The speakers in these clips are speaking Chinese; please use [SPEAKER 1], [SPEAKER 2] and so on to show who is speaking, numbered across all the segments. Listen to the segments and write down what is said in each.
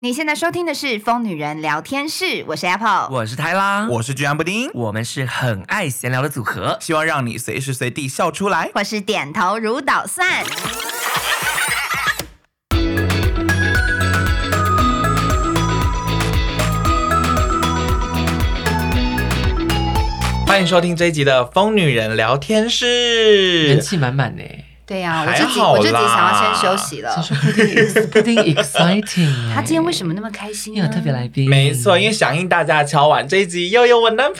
[SPEAKER 1] 你现在收听的是《疯女人聊天室》，我是 Apple。
[SPEAKER 2] 我是泰拉，
[SPEAKER 1] 嗯
[SPEAKER 3] 我是居安布丁，
[SPEAKER 2] 我们是很爱闲聊的组合。
[SPEAKER 3] 希望让你随时随地笑出来。
[SPEAKER 1] 或是点头如捣蒜。
[SPEAKER 3] 欢迎收听这一集的《疯女人聊天室
[SPEAKER 2] 人》。气满满呢，
[SPEAKER 1] 对呀、我
[SPEAKER 3] 还
[SPEAKER 1] 这集
[SPEAKER 3] 好
[SPEAKER 1] 我这集
[SPEAKER 3] 啦
[SPEAKER 1] 想要先休息了
[SPEAKER 2] 这。是 pudding exciting 哎。
[SPEAKER 1] 他今天为什么那么开心、
[SPEAKER 2] 有
[SPEAKER 1] 啊？
[SPEAKER 2] 特别来宾？
[SPEAKER 3] 没错，因为响应大家的敲碗，这一集又有我男朋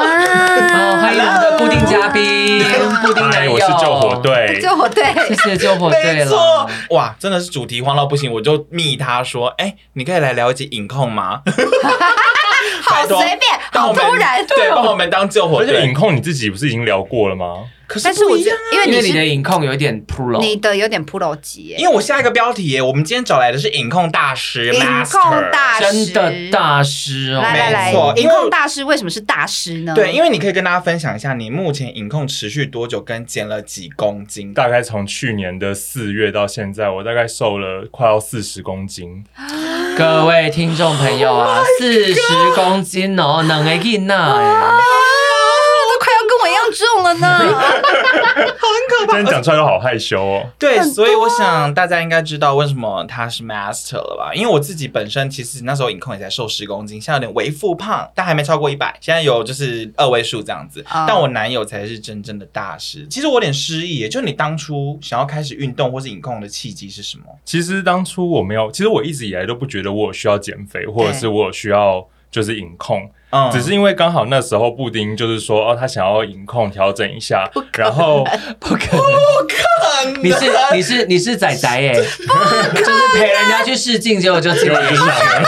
[SPEAKER 1] 哇！
[SPEAKER 2] 哦，欢迎我们的固定嘉宾，布丁男
[SPEAKER 4] 嗨，
[SPEAKER 2] 友，
[SPEAKER 4] 哎我是救火，队。
[SPEAKER 1] 就我哦对，
[SPEAKER 2] 谢谢救火
[SPEAKER 3] 啦！
[SPEAKER 2] 队
[SPEAKER 3] 没错
[SPEAKER 2] 了。，
[SPEAKER 3] 哇，真的是主题荒到不行，我就密他说，哎，你可以来聊一集影控吗？
[SPEAKER 1] 好
[SPEAKER 3] 拜托
[SPEAKER 1] 随便，
[SPEAKER 3] 帮
[SPEAKER 1] 好
[SPEAKER 3] 我们
[SPEAKER 1] 突然。
[SPEAKER 3] 对，帮我们当救火
[SPEAKER 4] 而且影
[SPEAKER 3] 队。
[SPEAKER 4] 控你自己不是已经聊过了吗？
[SPEAKER 3] 可是
[SPEAKER 1] 但是我
[SPEAKER 3] 不一
[SPEAKER 1] 觉
[SPEAKER 3] 样
[SPEAKER 1] 得因
[SPEAKER 3] 啊，
[SPEAKER 1] 为
[SPEAKER 2] 因
[SPEAKER 1] 你
[SPEAKER 2] 为你的
[SPEAKER 1] 是
[SPEAKER 2] 影控有一点 pro，
[SPEAKER 1] 你的有点 pro 级耶，
[SPEAKER 3] 因为我下一个标题耶，我们今天找来的是影控大师，
[SPEAKER 1] 影控
[SPEAKER 3] Master
[SPEAKER 1] 大师，
[SPEAKER 2] 真的大师哦，
[SPEAKER 1] 来来
[SPEAKER 3] 没错
[SPEAKER 1] 来，
[SPEAKER 3] 因
[SPEAKER 1] 影
[SPEAKER 3] 为
[SPEAKER 1] 控大师为什么是大师呢？
[SPEAKER 3] 对，因为你可以跟大家分享一下你目前影控持续多久，跟减了几公斤。
[SPEAKER 4] 大概从去年的四月到现在，我大概瘦了快要四十公 斤。
[SPEAKER 2] 各位听众朋友
[SPEAKER 1] Oh
[SPEAKER 2] 啊，四十公斤哦，能哎劲呐，
[SPEAKER 1] 啊，都快要跟我一样重了 呢。
[SPEAKER 4] 今天讲出来都好害羞哦。
[SPEAKER 3] 对，
[SPEAKER 1] 很多啊
[SPEAKER 3] 所以我想大家应该知道为什么他是 master 了吧？因为我自己本身其实那时候影控也才瘦十公斤，现在有点微复胖，但还没超过一百，现在有就是二位数这样子。
[SPEAKER 1] 哦
[SPEAKER 3] 但我男友才是真正的大师。其实我有点失忆耶，就你当初想要开始运动或是影控的契机是什么？
[SPEAKER 4] 其实当初我没有，其实我一直以来都不觉得我有需要减肥，或者是我有需要就是影控，
[SPEAKER 3] 嗯
[SPEAKER 4] 只是因为刚好那时候布丁就是说哦，他想要影控调整一下，然后
[SPEAKER 2] 不可能。
[SPEAKER 1] 嗯
[SPEAKER 2] 你是你是你是仔仔哎，
[SPEAKER 1] 啊
[SPEAKER 2] 就是陪人家去试镜，结果就自己
[SPEAKER 4] 结果就上了。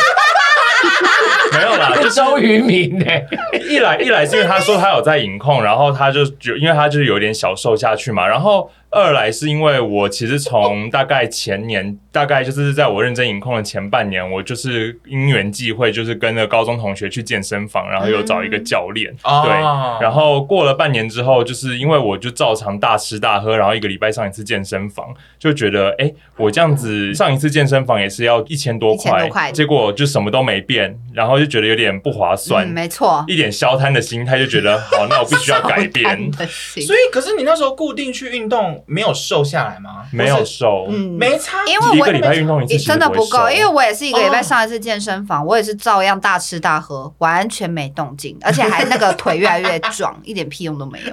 [SPEAKER 4] 没有啦，就是
[SPEAKER 2] 周渝民哎，
[SPEAKER 4] 一来一来是因为他说他有在影控，然后他就觉，因为他就是有点小瘦下去嘛。然后二来是因为我其实从大概前年，大概就是在我认真影控的前半年，我就是因缘际会，就是跟着高中同学去健身房，然后又找一个教练，对。
[SPEAKER 3] 哦
[SPEAKER 4] 然后过了半年之后，就是因为我就照常大吃大喝，然后一个礼拜上一次健身房，就觉得哎，诶我这样子上一次健身房也是要嗯一千多
[SPEAKER 1] 1000
[SPEAKER 4] 块，
[SPEAKER 1] 多块
[SPEAKER 4] 结果就什么都没变，然后就觉得有点不划算，
[SPEAKER 1] 嗯，没错。
[SPEAKER 4] 一点消贪的心态，就觉得好，那我必须 要改变。
[SPEAKER 3] 所
[SPEAKER 1] 所以，
[SPEAKER 3] 以可是你那时候固定去运动，没有瘦下来吗？
[SPEAKER 4] 没有
[SPEAKER 3] 或是，
[SPEAKER 4] 瘦，
[SPEAKER 1] 嗯
[SPEAKER 3] 没差，
[SPEAKER 1] 因为
[SPEAKER 4] 一
[SPEAKER 1] 我
[SPEAKER 4] 个礼拜运动一次，
[SPEAKER 1] 真的不
[SPEAKER 4] 啊
[SPEAKER 1] 够，因为我也是一个礼拜
[SPEAKER 3] 哦
[SPEAKER 1] 上一次健身房，我也是照样大吃大喝，完全没动静，而且还那个腿越来 越壮，一点屁用都没有。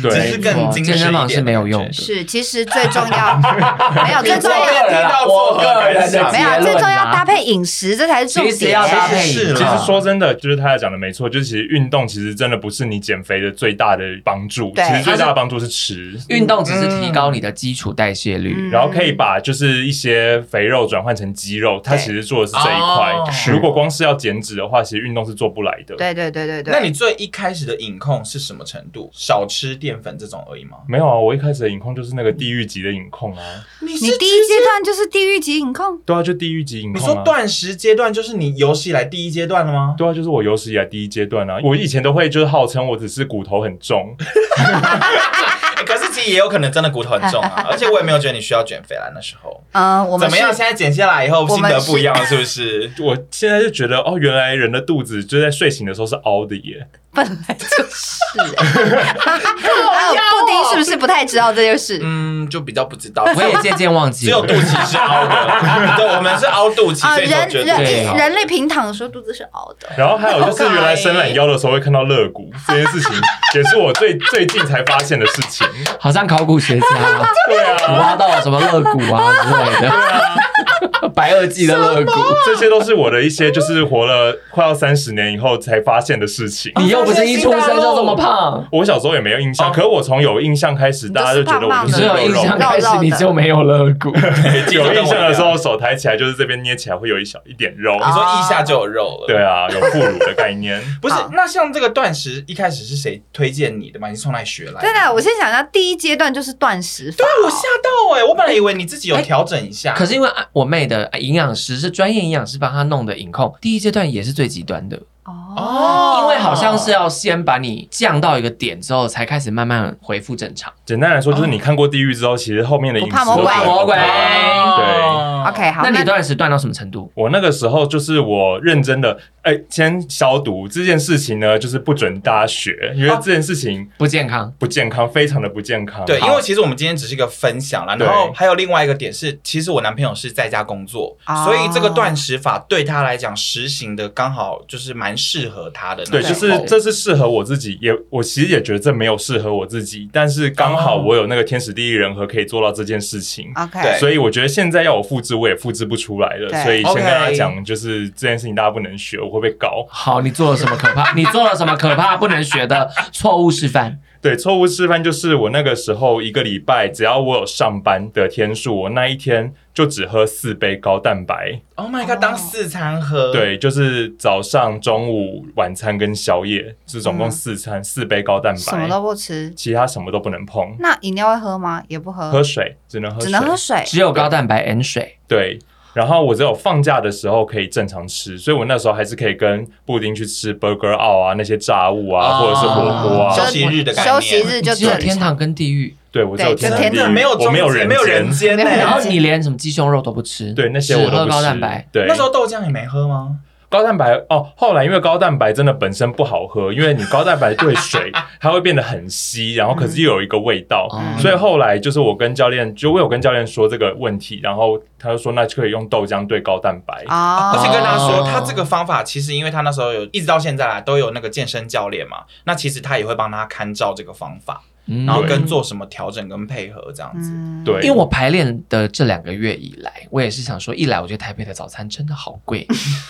[SPEAKER 3] 只
[SPEAKER 4] 对
[SPEAKER 3] 是更精
[SPEAKER 2] 健
[SPEAKER 3] 神
[SPEAKER 2] 身
[SPEAKER 3] 一
[SPEAKER 2] 房是
[SPEAKER 3] 点
[SPEAKER 2] 没有
[SPEAKER 3] 的
[SPEAKER 2] 用
[SPEAKER 3] 感
[SPEAKER 2] 的
[SPEAKER 3] 觉。
[SPEAKER 1] 是，其实最重 要没有最重
[SPEAKER 3] 我个
[SPEAKER 1] 要
[SPEAKER 3] 人啊
[SPEAKER 2] 我个人的
[SPEAKER 1] 没有
[SPEAKER 2] 结
[SPEAKER 1] 最
[SPEAKER 2] 论
[SPEAKER 1] 重要
[SPEAKER 2] 啊
[SPEAKER 1] 搭配饮食，这才是重
[SPEAKER 2] 其实
[SPEAKER 1] 点。
[SPEAKER 2] 要搭配饮
[SPEAKER 3] 是
[SPEAKER 2] 食，
[SPEAKER 3] 啦
[SPEAKER 4] 其实说嗯真的，就是他讲的没错，就是其实运动其实真的不是你减肥的最大的帮助，
[SPEAKER 1] 对
[SPEAKER 4] 其实最大的帮助是吃，
[SPEAKER 2] 运动只是提高你的基础代谢
[SPEAKER 1] 嗯
[SPEAKER 2] 率。
[SPEAKER 4] 然后可以把就是一些肥肉转换成肌肉，它
[SPEAKER 1] 对
[SPEAKER 4] 其实做的是这一块
[SPEAKER 3] 哦。
[SPEAKER 4] 如果光是要减脂的话，其实运动是做不来的。
[SPEAKER 1] 对对对对对。
[SPEAKER 3] 那你最一开始的饮控是什么程度？少吃淀粉这种而已吗？
[SPEAKER 4] 没有啊，我一开始的影控就是那个地狱级的影控啊，
[SPEAKER 3] 你
[SPEAKER 1] 你第一阶段就是地狱级隐控，
[SPEAKER 4] 对啊，就地狱级影
[SPEAKER 3] 你
[SPEAKER 4] 控啊。
[SPEAKER 3] 说断食阶段就是你有史以来第一阶段了吗？
[SPEAKER 4] 对啊，就是我有史以来第一阶段啊！我以前都会就是号称我只是骨头很重，
[SPEAKER 3] 欸 可是其实也有可能真的骨头很重 啊，而且我也没有觉得你需要减肥啦。那时候
[SPEAKER 1] 嗯，我们
[SPEAKER 3] 怎么样？
[SPEAKER 1] 是
[SPEAKER 3] 现在减下来以后
[SPEAKER 1] 我
[SPEAKER 3] 心
[SPEAKER 1] 们
[SPEAKER 3] 得不一样了，是不是？
[SPEAKER 4] 我现在就觉得哦，原来人的肚子就在睡醒的时候是凹的耶。
[SPEAKER 1] 本来就是、 还有布丁是不是不太知道这件事？
[SPEAKER 3] 哦嗯，就比较不知道，
[SPEAKER 2] 我也渐渐忘记
[SPEAKER 3] 只有
[SPEAKER 2] 了
[SPEAKER 3] 肚。脐是凹 的，对，我们是凹肚脐，
[SPEAKER 1] 啊、
[SPEAKER 3] 所以
[SPEAKER 1] 人
[SPEAKER 3] 就觉
[SPEAKER 1] 人
[SPEAKER 3] 得
[SPEAKER 2] 对
[SPEAKER 3] 对
[SPEAKER 1] 人人类平躺的时候肚子是凹的，
[SPEAKER 4] 然后还有就是原来伸懒腰的时候会看到肋骨这件事情，也是我最 最近才发现的事情。
[SPEAKER 2] 好像考古学家，
[SPEAKER 4] 对啊，
[SPEAKER 2] 挖到了什么肋骨啊之类的，白垩纪的肋骨。
[SPEAKER 4] 这些都是我的一些就是活了快要三十年以后才发现的事情。
[SPEAKER 2] 你又不是一出生就这么胖，
[SPEAKER 4] 我小时候也没有印象，
[SPEAKER 3] 哦
[SPEAKER 4] 可我从有印象开始，
[SPEAKER 1] 你就是
[SPEAKER 4] 大家就觉得我
[SPEAKER 1] 胖胖
[SPEAKER 2] 你
[SPEAKER 4] 就
[SPEAKER 1] 的
[SPEAKER 2] 只
[SPEAKER 4] 是
[SPEAKER 2] 有
[SPEAKER 4] 肉
[SPEAKER 2] 印
[SPEAKER 4] 肉
[SPEAKER 2] 象开始你就没有肋骨。
[SPEAKER 4] 有印象的时候，手抬起来就是这边捏起来会有一小一点肉。
[SPEAKER 3] 你说腋下就有肉了，
[SPEAKER 4] 对。啊，有副乳的概 念。
[SPEAKER 3] 不是
[SPEAKER 1] 好，
[SPEAKER 3] 那像这个断食一开始是谁推荐你的吗？你是从哪里学来的？
[SPEAKER 1] 真的，我先想一下，第一阶段就是断食法。
[SPEAKER 3] 我吓到哎、我本来以为你自己有调整一下，
[SPEAKER 2] 可是因为我妹的啊营养师是专业营养师帮她弄的饮控，第一阶段也是最极端的，
[SPEAKER 1] 哦，
[SPEAKER 2] 因为好像是要先把你降到一个点之后，才开始慢慢恢复正常。
[SPEAKER 4] 简单来说，就是你看过地狱之后，其实后面的饮食
[SPEAKER 1] 不怕魔
[SPEAKER 4] 都
[SPEAKER 1] 鬼
[SPEAKER 4] 觉得
[SPEAKER 2] 魔鬼
[SPEAKER 4] 对，
[SPEAKER 3] 哦
[SPEAKER 1] OK，好，
[SPEAKER 2] 那你
[SPEAKER 1] 那
[SPEAKER 2] 断食断到什么程度？
[SPEAKER 4] 我那个时候就是我认真的，哎、先消毒这件事情呢，就是不准大家
[SPEAKER 3] 哦
[SPEAKER 4] 学，因为这件事情
[SPEAKER 2] 不健康，
[SPEAKER 4] 不健康，非常的不健康。
[SPEAKER 3] 对，
[SPEAKER 4] 好
[SPEAKER 3] 因为其实我们今天只是一个分享啦，
[SPEAKER 4] 对
[SPEAKER 3] 然后还有另外一个点是，其实我男朋友是在家工作，
[SPEAKER 4] 啊
[SPEAKER 1] 哦
[SPEAKER 3] 所以这个断食法对他来讲实行的刚好就是蛮适合他的那种。哦
[SPEAKER 4] 对，就是这是适合我自己，也我其实也觉得这没有适合我自己，但是刚好我有那个天时地利人和可以做到这件事情。
[SPEAKER 3] 哦对
[SPEAKER 1] OK，
[SPEAKER 4] 所以我觉得现在要我复制，我也复制不出来了。
[SPEAKER 1] 对
[SPEAKER 4] 所以先跟大家
[SPEAKER 3] OK
[SPEAKER 4] 讲，就是这件事情大家不能学，我会被搞。
[SPEAKER 2] 好，你做了什么可怕？你做了什么可怕不能学的错误示范？
[SPEAKER 4] 对，错误示范就是我那个时候一个礼拜，只要我有上班的天数，我那一天就只喝四杯高蛋白。
[SPEAKER 3] Oh my god，当四餐喝，，
[SPEAKER 4] 哦对，就是早上、中午、晚餐跟宵夜，是总共
[SPEAKER 1] 嗯
[SPEAKER 4] 四餐、四杯高蛋
[SPEAKER 1] 什么
[SPEAKER 4] 白
[SPEAKER 1] 都，不吃。
[SPEAKER 4] 其他什么都不能碰。
[SPEAKER 1] 那饮料会喝吗？也不
[SPEAKER 4] 喝
[SPEAKER 1] 喝，
[SPEAKER 4] 水只能喝
[SPEAKER 1] 嗯
[SPEAKER 4] 水，
[SPEAKER 1] 只能喝水。
[SPEAKER 2] 只有高蛋白 N 水，
[SPEAKER 4] 对。然后我只有放假的时候可以正常吃，所以我那时候还是可以跟布丁去吃 burger out 啊，那些炸物
[SPEAKER 3] 哦
[SPEAKER 4] 啊，或者是火锅啊。
[SPEAKER 1] 就
[SPEAKER 3] 休
[SPEAKER 1] 是
[SPEAKER 3] 息日的概念
[SPEAKER 1] 休息日就
[SPEAKER 2] 只有
[SPEAKER 1] 正
[SPEAKER 2] 天
[SPEAKER 1] 常。
[SPEAKER 2] 堂跟地狱，
[SPEAKER 4] 对我只有
[SPEAKER 1] 对就
[SPEAKER 4] 天
[SPEAKER 1] 天
[SPEAKER 4] 地
[SPEAKER 1] 堂
[SPEAKER 4] 狱
[SPEAKER 3] 没有
[SPEAKER 4] 我没有
[SPEAKER 3] 中间
[SPEAKER 4] 人
[SPEAKER 3] 没有人间
[SPEAKER 4] 间，
[SPEAKER 3] 呢、
[SPEAKER 1] 没有
[SPEAKER 2] 然
[SPEAKER 1] 人
[SPEAKER 2] 后
[SPEAKER 1] 间
[SPEAKER 2] 你连什么鸡胸肉都不吃，
[SPEAKER 4] 对那些我
[SPEAKER 2] 只
[SPEAKER 4] 都
[SPEAKER 2] 喝
[SPEAKER 4] 不
[SPEAKER 2] 高
[SPEAKER 4] 吃
[SPEAKER 2] 蛋白。。
[SPEAKER 4] 对，
[SPEAKER 3] 那时候豆浆也没喝吗？
[SPEAKER 4] 高蛋白哦，后来因为高蛋白真的本身不好喝，因为你高蛋白兑水，它会变得很稀，然后可是又有一个味道。
[SPEAKER 2] 哦
[SPEAKER 4] 所以后来就是我跟教练，就我有跟教练说这个问题，然后他就说那就可以用豆浆兑高蛋白。
[SPEAKER 2] 啊
[SPEAKER 1] 哦
[SPEAKER 3] 而且跟他说，
[SPEAKER 2] 哦
[SPEAKER 3] 他这个方法其实，因为他那时候有一直到现在啦，都有那个健身教练嘛，那其实他也会帮他看照这个方法，
[SPEAKER 2] 嗯
[SPEAKER 3] 然后跟做什么调整跟配合这样子。
[SPEAKER 1] 嗯
[SPEAKER 4] 对
[SPEAKER 2] 因为我排练的这两个月以来，我也是想说，一来我觉得台北的早餐真的好贵，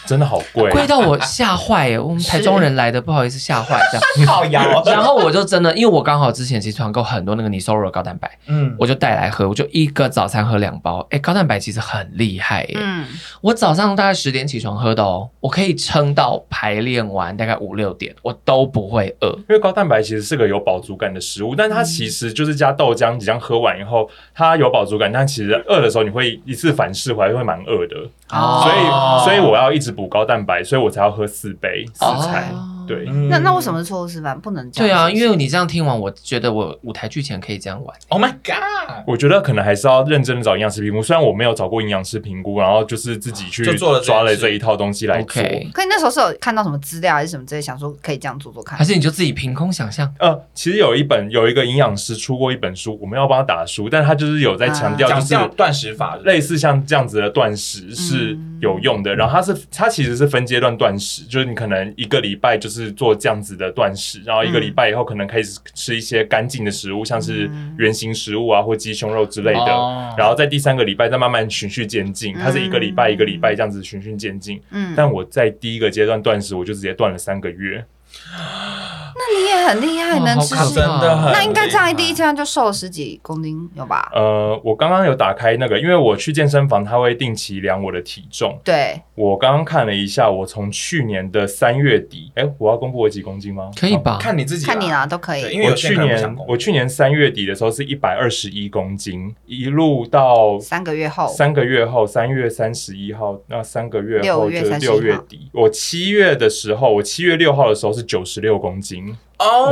[SPEAKER 4] 真的好贵，啊
[SPEAKER 2] 贵到我吓坏耶！我们台中人来的，不好意思吓坏这样。
[SPEAKER 3] 靠摇，
[SPEAKER 2] 然后我就真的，因为我刚好之前其实团购很多那个尼索肉高蛋白，
[SPEAKER 3] 嗯，
[SPEAKER 2] 我就带来喝，我就一个早餐喝两包。哎，高蛋白其实很厉害耶！
[SPEAKER 1] 嗯，
[SPEAKER 2] 我早上大概十点起床喝的哦，我可以撑到排练完大概五六点，我都不会饿。
[SPEAKER 4] 因为高蛋白其实是个有饱足感的食物，但它其实就是加豆浆，你这样喝完以后，它有饱足感，但其实饿的时候你会一次反噬回来，会蛮饿的。
[SPEAKER 1] 哦
[SPEAKER 4] 所以，
[SPEAKER 3] 哦
[SPEAKER 4] 所以我要一直补高蛋白，所以我才要喝四杯四餐。
[SPEAKER 2] 哦
[SPEAKER 4] 对，
[SPEAKER 3] 嗯
[SPEAKER 1] 那那为什么是错误示范不能这
[SPEAKER 2] 对
[SPEAKER 1] 样
[SPEAKER 2] 啊，
[SPEAKER 1] 是不
[SPEAKER 2] 因
[SPEAKER 1] 是？
[SPEAKER 2] 为你这样听完，我觉得我舞台剧前可以这样玩。
[SPEAKER 3] ？Oh my god！
[SPEAKER 4] 我觉得可能还是要认真的找营养师评估，虽然我没有找过营养师评估，然后就是自己去
[SPEAKER 3] 啊就做了这件事
[SPEAKER 4] 抓了这一套东西来做。
[SPEAKER 2] OK，
[SPEAKER 1] 可你那时候是有看到什么资料还是什么之类，想说可以这样做做看
[SPEAKER 2] 还。是你就自己凭空想象？
[SPEAKER 4] 呃，其实有一本有一个营养师出过一本书，我们要帮他打书，但他就是有在强调，
[SPEAKER 3] 讲
[SPEAKER 4] 就是
[SPEAKER 3] 像断食法
[SPEAKER 4] 类似像这样子的断食是
[SPEAKER 3] 嗯
[SPEAKER 4] 有用的。然后它是它其实是分阶段断食，就是你可能一个礼拜就是做这样子的断食，然后一个
[SPEAKER 1] 嗯
[SPEAKER 4] 礼拜以后可能开始吃一些干净的食物，像是
[SPEAKER 1] 嗯
[SPEAKER 4] 原形食物啊或鸡胸肉之类的。
[SPEAKER 3] 哦
[SPEAKER 4] 然后在第三个礼拜再慢慢循序渐进，它是一个礼拜
[SPEAKER 1] 嗯
[SPEAKER 4] 一个礼拜这样子循序渐进。
[SPEAKER 1] 嗯，
[SPEAKER 4] 但我在第一个阶段断食，我就直接断了三个月。
[SPEAKER 1] 那你也很厉害，
[SPEAKER 2] 哇
[SPEAKER 1] 能
[SPEAKER 2] 好
[SPEAKER 1] 吃
[SPEAKER 2] 可
[SPEAKER 1] 什
[SPEAKER 2] 怕
[SPEAKER 1] 么
[SPEAKER 3] 真的很
[SPEAKER 1] 那应该这
[SPEAKER 3] 厉
[SPEAKER 1] 样
[SPEAKER 3] 害
[SPEAKER 1] 第一阶段就瘦了十几公斤有吧？
[SPEAKER 4] 呃，我刚刚有打开那个，因为我去健身房，它会定期量我的体重。
[SPEAKER 1] 对，
[SPEAKER 4] 我刚刚看了一下，我从去年的三月底，哎，我要公布我几公斤吗？
[SPEAKER 2] 可以吧？
[SPEAKER 3] 看你自己，啊
[SPEAKER 1] 看你啦，都可
[SPEAKER 3] 对
[SPEAKER 1] 以。
[SPEAKER 3] 因为
[SPEAKER 4] 我
[SPEAKER 3] 有些
[SPEAKER 4] 去
[SPEAKER 3] 人可能不想
[SPEAKER 4] 年
[SPEAKER 3] 公布
[SPEAKER 4] 我去年三月底的时候是一百二十一公斤，一路到
[SPEAKER 1] 三个月后，
[SPEAKER 4] 三个月后，三月三十一号，那三个月后
[SPEAKER 1] 6
[SPEAKER 4] 就
[SPEAKER 1] 月
[SPEAKER 4] 是
[SPEAKER 1] 31
[SPEAKER 4] 六月底。我七月的时候，我七月六号的时候是九十六公斤，
[SPEAKER 3] Oh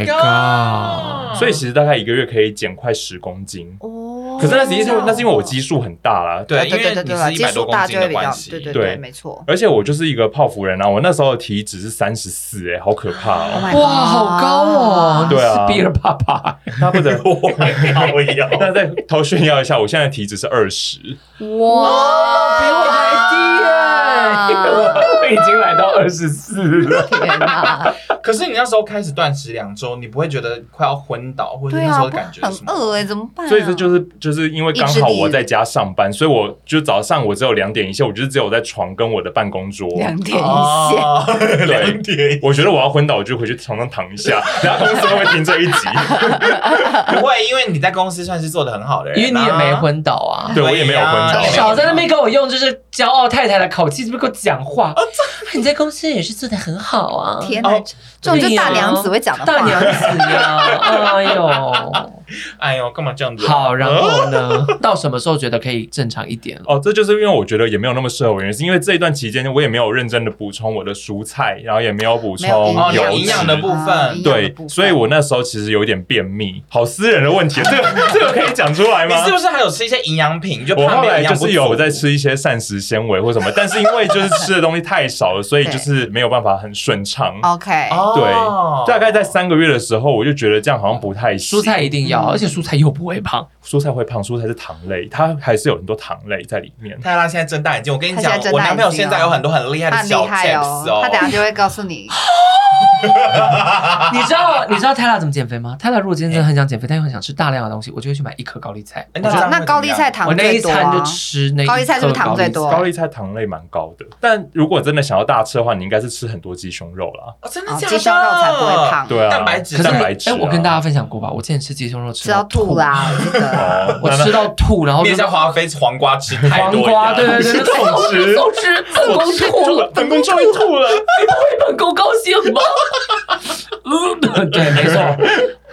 [SPEAKER 2] my god
[SPEAKER 1] 嗯
[SPEAKER 3] god！
[SPEAKER 4] 所以其实大概一个月可以减快十公斤。
[SPEAKER 1] 哦
[SPEAKER 4] 可是那实际上那是因为我基数很大啦，
[SPEAKER 3] 对，
[SPEAKER 1] 啊对
[SPEAKER 3] 因
[SPEAKER 1] 对
[SPEAKER 3] 为
[SPEAKER 1] 对对
[SPEAKER 3] 你
[SPEAKER 1] 对，
[SPEAKER 3] 是一
[SPEAKER 1] 基
[SPEAKER 3] 百多
[SPEAKER 1] 数
[SPEAKER 3] 公
[SPEAKER 1] 大
[SPEAKER 3] 斤
[SPEAKER 1] 就会
[SPEAKER 3] 的
[SPEAKER 1] 比较
[SPEAKER 3] 关系，
[SPEAKER 1] 对对
[SPEAKER 4] 对
[SPEAKER 1] 没错。
[SPEAKER 4] 而且我就是一个泡芙人啊，我那时候的体脂是三十四，哎，好可怕哦
[SPEAKER 1] Oh！my
[SPEAKER 2] 哇，好高哦！
[SPEAKER 4] 对啊
[SPEAKER 2] 你是比尔爸爸。
[SPEAKER 4] 那不得
[SPEAKER 3] 我靠呀！
[SPEAKER 4] 那再偷炫耀一下，我现在的体脂是二十。
[SPEAKER 2] 哇， 比我还低耶！我我已经来到二十四了。
[SPEAKER 1] 天 哪，
[SPEAKER 3] 可是你那时候开始断食两周，你不会觉得快要昏倒，或者是
[SPEAKER 1] 对
[SPEAKER 3] 那时
[SPEAKER 1] 啊，
[SPEAKER 3] 候
[SPEAKER 1] 不
[SPEAKER 3] 感觉
[SPEAKER 1] 很
[SPEAKER 3] 什么？
[SPEAKER 1] 饿哎，怎么办啊？
[SPEAKER 4] 所以这就是就是因为刚好我在家上班，所以我就早上我只有两点一线，我就是只有在床跟我的办公桌。
[SPEAKER 1] 两点一线。
[SPEAKER 3] 哦，
[SPEAKER 4] 对
[SPEAKER 3] 两点
[SPEAKER 4] 我觉得我要昏倒，我就回去床上躺一下。 然后公司会不会听这一集？
[SPEAKER 3] 不会，因为你在公司算是做的很好的人，啊
[SPEAKER 2] 因为你也没，昏倒啊。
[SPEAKER 4] 对我也没有昏倒
[SPEAKER 3] 对呀
[SPEAKER 2] 少在那边跟我用就是 骄傲太太的口气，这边跟我讲话。你在公司也是做的很好啊。
[SPEAKER 1] 天哪
[SPEAKER 3] 哦，
[SPEAKER 1] 这种就大娘子会讲的话。
[SPEAKER 2] 大娘 子呀，哎呦，
[SPEAKER 3] 哎呦，干嘛这样子？
[SPEAKER 2] 好，然后呢？到什么时候觉得可以正常一点了？
[SPEAKER 4] 哦，这就是因为我觉得也没有那么适合我，原因是因为这一段期间我也没有认真的补充我的蔬菜，然后也没有补充
[SPEAKER 1] 没有
[SPEAKER 3] 哦，
[SPEAKER 4] 油
[SPEAKER 3] 有营养的
[SPEAKER 4] 脂
[SPEAKER 3] 部
[SPEAKER 1] 啊
[SPEAKER 3] 分
[SPEAKER 1] 营。养的
[SPEAKER 4] 对
[SPEAKER 1] 部分，
[SPEAKER 4] 所以我那时候其实有点便秘，好私人的问题，这 个这个可以讲出来
[SPEAKER 3] 你
[SPEAKER 4] 吗
[SPEAKER 3] 是？不是还有吃一些营养品？就
[SPEAKER 4] 我
[SPEAKER 3] 怕
[SPEAKER 4] 后
[SPEAKER 3] 没有
[SPEAKER 4] 来
[SPEAKER 3] 营
[SPEAKER 4] 就
[SPEAKER 3] 养不
[SPEAKER 4] 是有
[SPEAKER 3] 足
[SPEAKER 4] 在吃一些膳食纤维或什么，但是因为就是吃的东西太少了，所以就是没有办法很顺畅。
[SPEAKER 1] OK，
[SPEAKER 3] 哦
[SPEAKER 4] 大概在三个月的时候，我就觉得这样好像不太行。
[SPEAKER 2] 蔬菜一定要，啊而且蔬菜又不 会胖。
[SPEAKER 4] 蔬菜会胖，蔬菜是糖类，它还是有很多糖类在里面。
[SPEAKER 3] 泰拉现在睁大眼睛，我跟你
[SPEAKER 1] 他
[SPEAKER 3] 讲
[SPEAKER 1] 现在，睁
[SPEAKER 3] 我
[SPEAKER 1] 大
[SPEAKER 3] 男
[SPEAKER 1] 眼
[SPEAKER 3] 朋友
[SPEAKER 1] 睛
[SPEAKER 3] 现在
[SPEAKER 1] 哦
[SPEAKER 3] 有很多很厉害
[SPEAKER 1] 他
[SPEAKER 3] 的
[SPEAKER 1] 很
[SPEAKER 3] 小
[SPEAKER 1] 厉
[SPEAKER 3] t
[SPEAKER 1] 害
[SPEAKER 3] i
[SPEAKER 1] 哦
[SPEAKER 3] p，哦。
[SPEAKER 1] 他等下就会告诉 你。
[SPEAKER 2] 你知道你知道泰拉怎么减肥吗？泰拉如果今天真的很想减肥，但又很想吃大量的东西，我就会去买一颗高丽菜。我
[SPEAKER 3] 哎
[SPEAKER 2] 就
[SPEAKER 3] 这样
[SPEAKER 1] 那
[SPEAKER 3] 会
[SPEAKER 1] 高
[SPEAKER 3] 怎么
[SPEAKER 1] 丽
[SPEAKER 3] 样
[SPEAKER 1] 菜糖
[SPEAKER 2] 我那一
[SPEAKER 1] 最多
[SPEAKER 2] 餐就
[SPEAKER 1] 啊，
[SPEAKER 2] 吃那一
[SPEAKER 1] 高丽菜是不是
[SPEAKER 2] 颗高
[SPEAKER 1] 糖最
[SPEAKER 2] 丽
[SPEAKER 1] 多
[SPEAKER 3] 哦
[SPEAKER 2] 菜
[SPEAKER 4] 高丽菜糖类蛮高的，但如果真的想要大吃的话，你应该是吃很多鸡胸肉啦。
[SPEAKER 3] 哦真的
[SPEAKER 1] 哦
[SPEAKER 3] 假的？
[SPEAKER 1] 鸡胸肉才不会胖，
[SPEAKER 4] 对啊，
[SPEAKER 3] 蛋白质
[SPEAKER 2] 可是
[SPEAKER 4] 蛋
[SPEAKER 2] 我
[SPEAKER 4] 白质、
[SPEAKER 2] 哎，我 跟大家。分享过吧，我之前吃鸡胸肉吃
[SPEAKER 1] 吃到
[SPEAKER 2] 吐
[SPEAKER 1] 吐，啊啦，我记 得。
[SPEAKER 4] 哦
[SPEAKER 2] 我吃到吐，然后就
[SPEAKER 3] 面向华妃黄瓜吃太
[SPEAKER 2] 黄
[SPEAKER 3] 多一
[SPEAKER 4] 哦
[SPEAKER 2] 瓜，
[SPEAKER 3] 样，
[SPEAKER 2] 对对对，对
[SPEAKER 4] 痛直
[SPEAKER 2] 痛吃，子宫吐了，
[SPEAKER 4] 本宫终于吐了。
[SPEAKER 2] 本宫高兴吗？嗯，对，没错。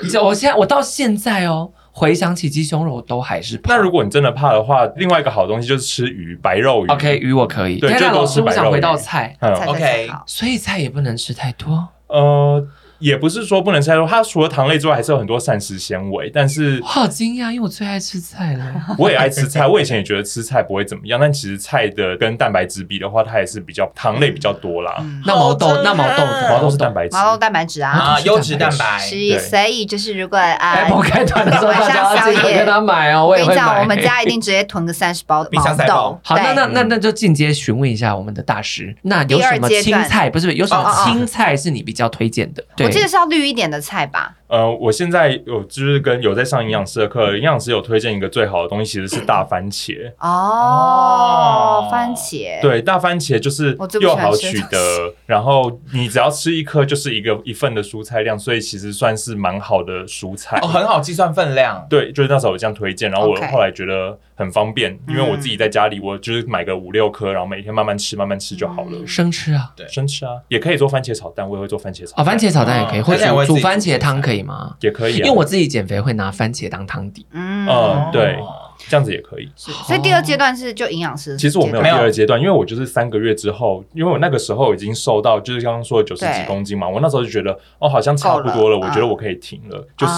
[SPEAKER 2] 你 知道我现在我到现在哦，回想起鸡胸肉都还是胖
[SPEAKER 4] 那如果你真的怕的话，另外一个好东西就是吃鱼，白肉鱼。
[SPEAKER 2] OK 鱼我可以，
[SPEAKER 4] 对
[SPEAKER 2] 但是
[SPEAKER 4] 就多
[SPEAKER 2] 老
[SPEAKER 4] 吃
[SPEAKER 2] 师我
[SPEAKER 4] 白
[SPEAKER 2] 想
[SPEAKER 4] 肉
[SPEAKER 2] 回
[SPEAKER 4] 鱼
[SPEAKER 2] 到菜，
[SPEAKER 1] 才
[SPEAKER 4] 嗯，
[SPEAKER 1] 对
[SPEAKER 3] OK
[SPEAKER 1] 才好
[SPEAKER 2] 所以菜也不能吃太多。
[SPEAKER 4] 呃，也不是说不能吃太多，它除了糖类之外，还是有很多膳食纤维。但是
[SPEAKER 2] 我好惊讶，因为我最爱吃菜了。
[SPEAKER 4] 我也爱吃菜，我以前也觉得吃菜不会怎么样，但其实菜的跟蛋白质比的话，它也是比较糖类比较多啦。
[SPEAKER 1] 嗯
[SPEAKER 2] 那毛豆
[SPEAKER 3] 好，震撼
[SPEAKER 2] 那毛豆呢，
[SPEAKER 4] 毛豆是蛋白质，
[SPEAKER 1] 麻豆蛋白质啊，
[SPEAKER 3] 啊，优质蛋白。
[SPEAKER 1] 所以
[SPEAKER 4] 对
[SPEAKER 1] 所以就是如果啊，
[SPEAKER 2] Apple 开团的时候，
[SPEAKER 1] 晚上
[SPEAKER 2] 大家要记得
[SPEAKER 1] 宵夜
[SPEAKER 2] 跟他买哎哦，我也
[SPEAKER 1] 跟
[SPEAKER 2] 会
[SPEAKER 1] 你讲，
[SPEAKER 2] 买。
[SPEAKER 1] 我们家一定直接囤个三十包
[SPEAKER 3] 冰
[SPEAKER 1] 毛
[SPEAKER 3] 箱塞
[SPEAKER 1] 豆
[SPEAKER 3] 爆。
[SPEAKER 2] 好，那
[SPEAKER 1] 对
[SPEAKER 2] 那那那就进阶询问一下我们的大师，那有
[SPEAKER 1] 第二
[SPEAKER 2] 什么
[SPEAKER 1] 阶
[SPEAKER 2] 青
[SPEAKER 1] 段
[SPEAKER 2] 菜？不是，有什
[SPEAKER 3] 哦
[SPEAKER 2] 么
[SPEAKER 1] 哦哦
[SPEAKER 2] 青菜是你比较推荐的？对
[SPEAKER 1] 我记得是要绿一点的菜吧？
[SPEAKER 4] 呃，我现在有就是跟有在上营养师的课，营养师有推荐一个最好的东西，其实是大番茄。
[SPEAKER 1] 哦
[SPEAKER 3] 哦，
[SPEAKER 1] 番茄。
[SPEAKER 4] 对，大番茄就是
[SPEAKER 1] 我最不喜
[SPEAKER 4] 又
[SPEAKER 1] 欢
[SPEAKER 4] 好
[SPEAKER 1] 吃的
[SPEAKER 4] 取
[SPEAKER 1] 东
[SPEAKER 4] 得，然后你只要吃一颗就是一个一份的蔬菜量，所以其实算是蛮好的蔬菜。
[SPEAKER 3] 哦，很好计算分量。
[SPEAKER 4] 对，就是那时候我这样推荐，然后我
[SPEAKER 1] OK
[SPEAKER 4] 后来觉得很方便，因为我自己在家里，我就是买个五六颗，然后每天慢慢吃，慢慢吃就好了。
[SPEAKER 1] 嗯
[SPEAKER 2] 生吃啊，
[SPEAKER 3] 对
[SPEAKER 4] 生吃啊，也可以做番茄炒蛋，我也会做番茄炒
[SPEAKER 2] 哦，
[SPEAKER 4] 蛋，
[SPEAKER 2] 番茄炒蛋也可以，
[SPEAKER 3] 哦
[SPEAKER 2] 或
[SPEAKER 3] 番茄
[SPEAKER 2] 者
[SPEAKER 3] 我也自
[SPEAKER 2] 煮
[SPEAKER 3] 己
[SPEAKER 2] 番茄
[SPEAKER 3] 煮
[SPEAKER 2] 汤可以吗？
[SPEAKER 4] 也可以、
[SPEAKER 2] 因
[SPEAKER 4] 啊，
[SPEAKER 2] 为我自己减肥会拿番茄当汤底，
[SPEAKER 1] 嗯
[SPEAKER 4] 嗯对
[SPEAKER 3] 哦
[SPEAKER 4] 这样子也可以。
[SPEAKER 1] 是所以第二阶
[SPEAKER 2] 哦
[SPEAKER 1] 段是就营养师。
[SPEAKER 4] 其实我没有
[SPEAKER 3] 没
[SPEAKER 4] 第
[SPEAKER 3] 有
[SPEAKER 4] 二阶段，因为我就是三个月之后，因为我那个时候已经瘦到就是刚刚说的九十
[SPEAKER 1] 对
[SPEAKER 4] 几公斤嘛，我那时候就觉得哦，好像差不多了，
[SPEAKER 1] 够了啊
[SPEAKER 4] 我觉得我可以停了，就是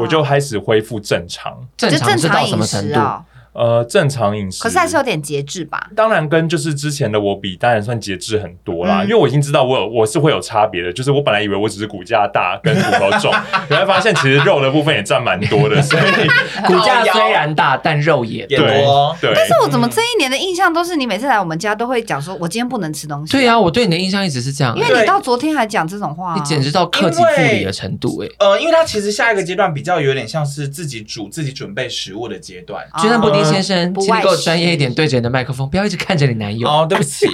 [SPEAKER 4] 我就开始恢复正常，
[SPEAKER 2] 正
[SPEAKER 1] 就
[SPEAKER 2] 常
[SPEAKER 1] 正
[SPEAKER 2] 是到
[SPEAKER 1] 常
[SPEAKER 2] 什么
[SPEAKER 1] 饮
[SPEAKER 2] 程
[SPEAKER 1] 食
[SPEAKER 2] 度？
[SPEAKER 1] 哦，
[SPEAKER 4] 呃，正常饮食。
[SPEAKER 1] 可是还是有点节制吧？
[SPEAKER 4] 当然跟就是之前的我比，当然算节制很多啦，
[SPEAKER 1] 嗯
[SPEAKER 4] 因为我已经知道我有我是会有差别的，就是我本来以为我只是骨架大跟骨头 重，原来发现其实肉的部分也占蛮多的，所以
[SPEAKER 2] 骨架虽然大，但肉也
[SPEAKER 3] 也
[SPEAKER 2] 多。
[SPEAKER 4] 对
[SPEAKER 3] 多
[SPEAKER 4] 对。
[SPEAKER 1] 但是我怎么这一年的印象都是你每次来我们家都会讲说，我今天不能吃东西。啊
[SPEAKER 2] 对呀、，啊我对你的印象一直是这样、
[SPEAKER 1] 因为你到昨天还讲这种话啊，
[SPEAKER 2] 你简直到克己复礼的程度哎、
[SPEAKER 3] 呃，因为它其实下一个阶段比较有点像是自己煮、自己准备食物的阶段。
[SPEAKER 1] 啊
[SPEAKER 2] 居然布丁先生，
[SPEAKER 1] 不
[SPEAKER 2] 请你
[SPEAKER 1] 外
[SPEAKER 2] 给我
[SPEAKER 1] 食
[SPEAKER 2] 专业一点，对着你的麦克风，不要一直看着你男友。
[SPEAKER 3] 哦，对不
[SPEAKER 1] 啊
[SPEAKER 3] 起，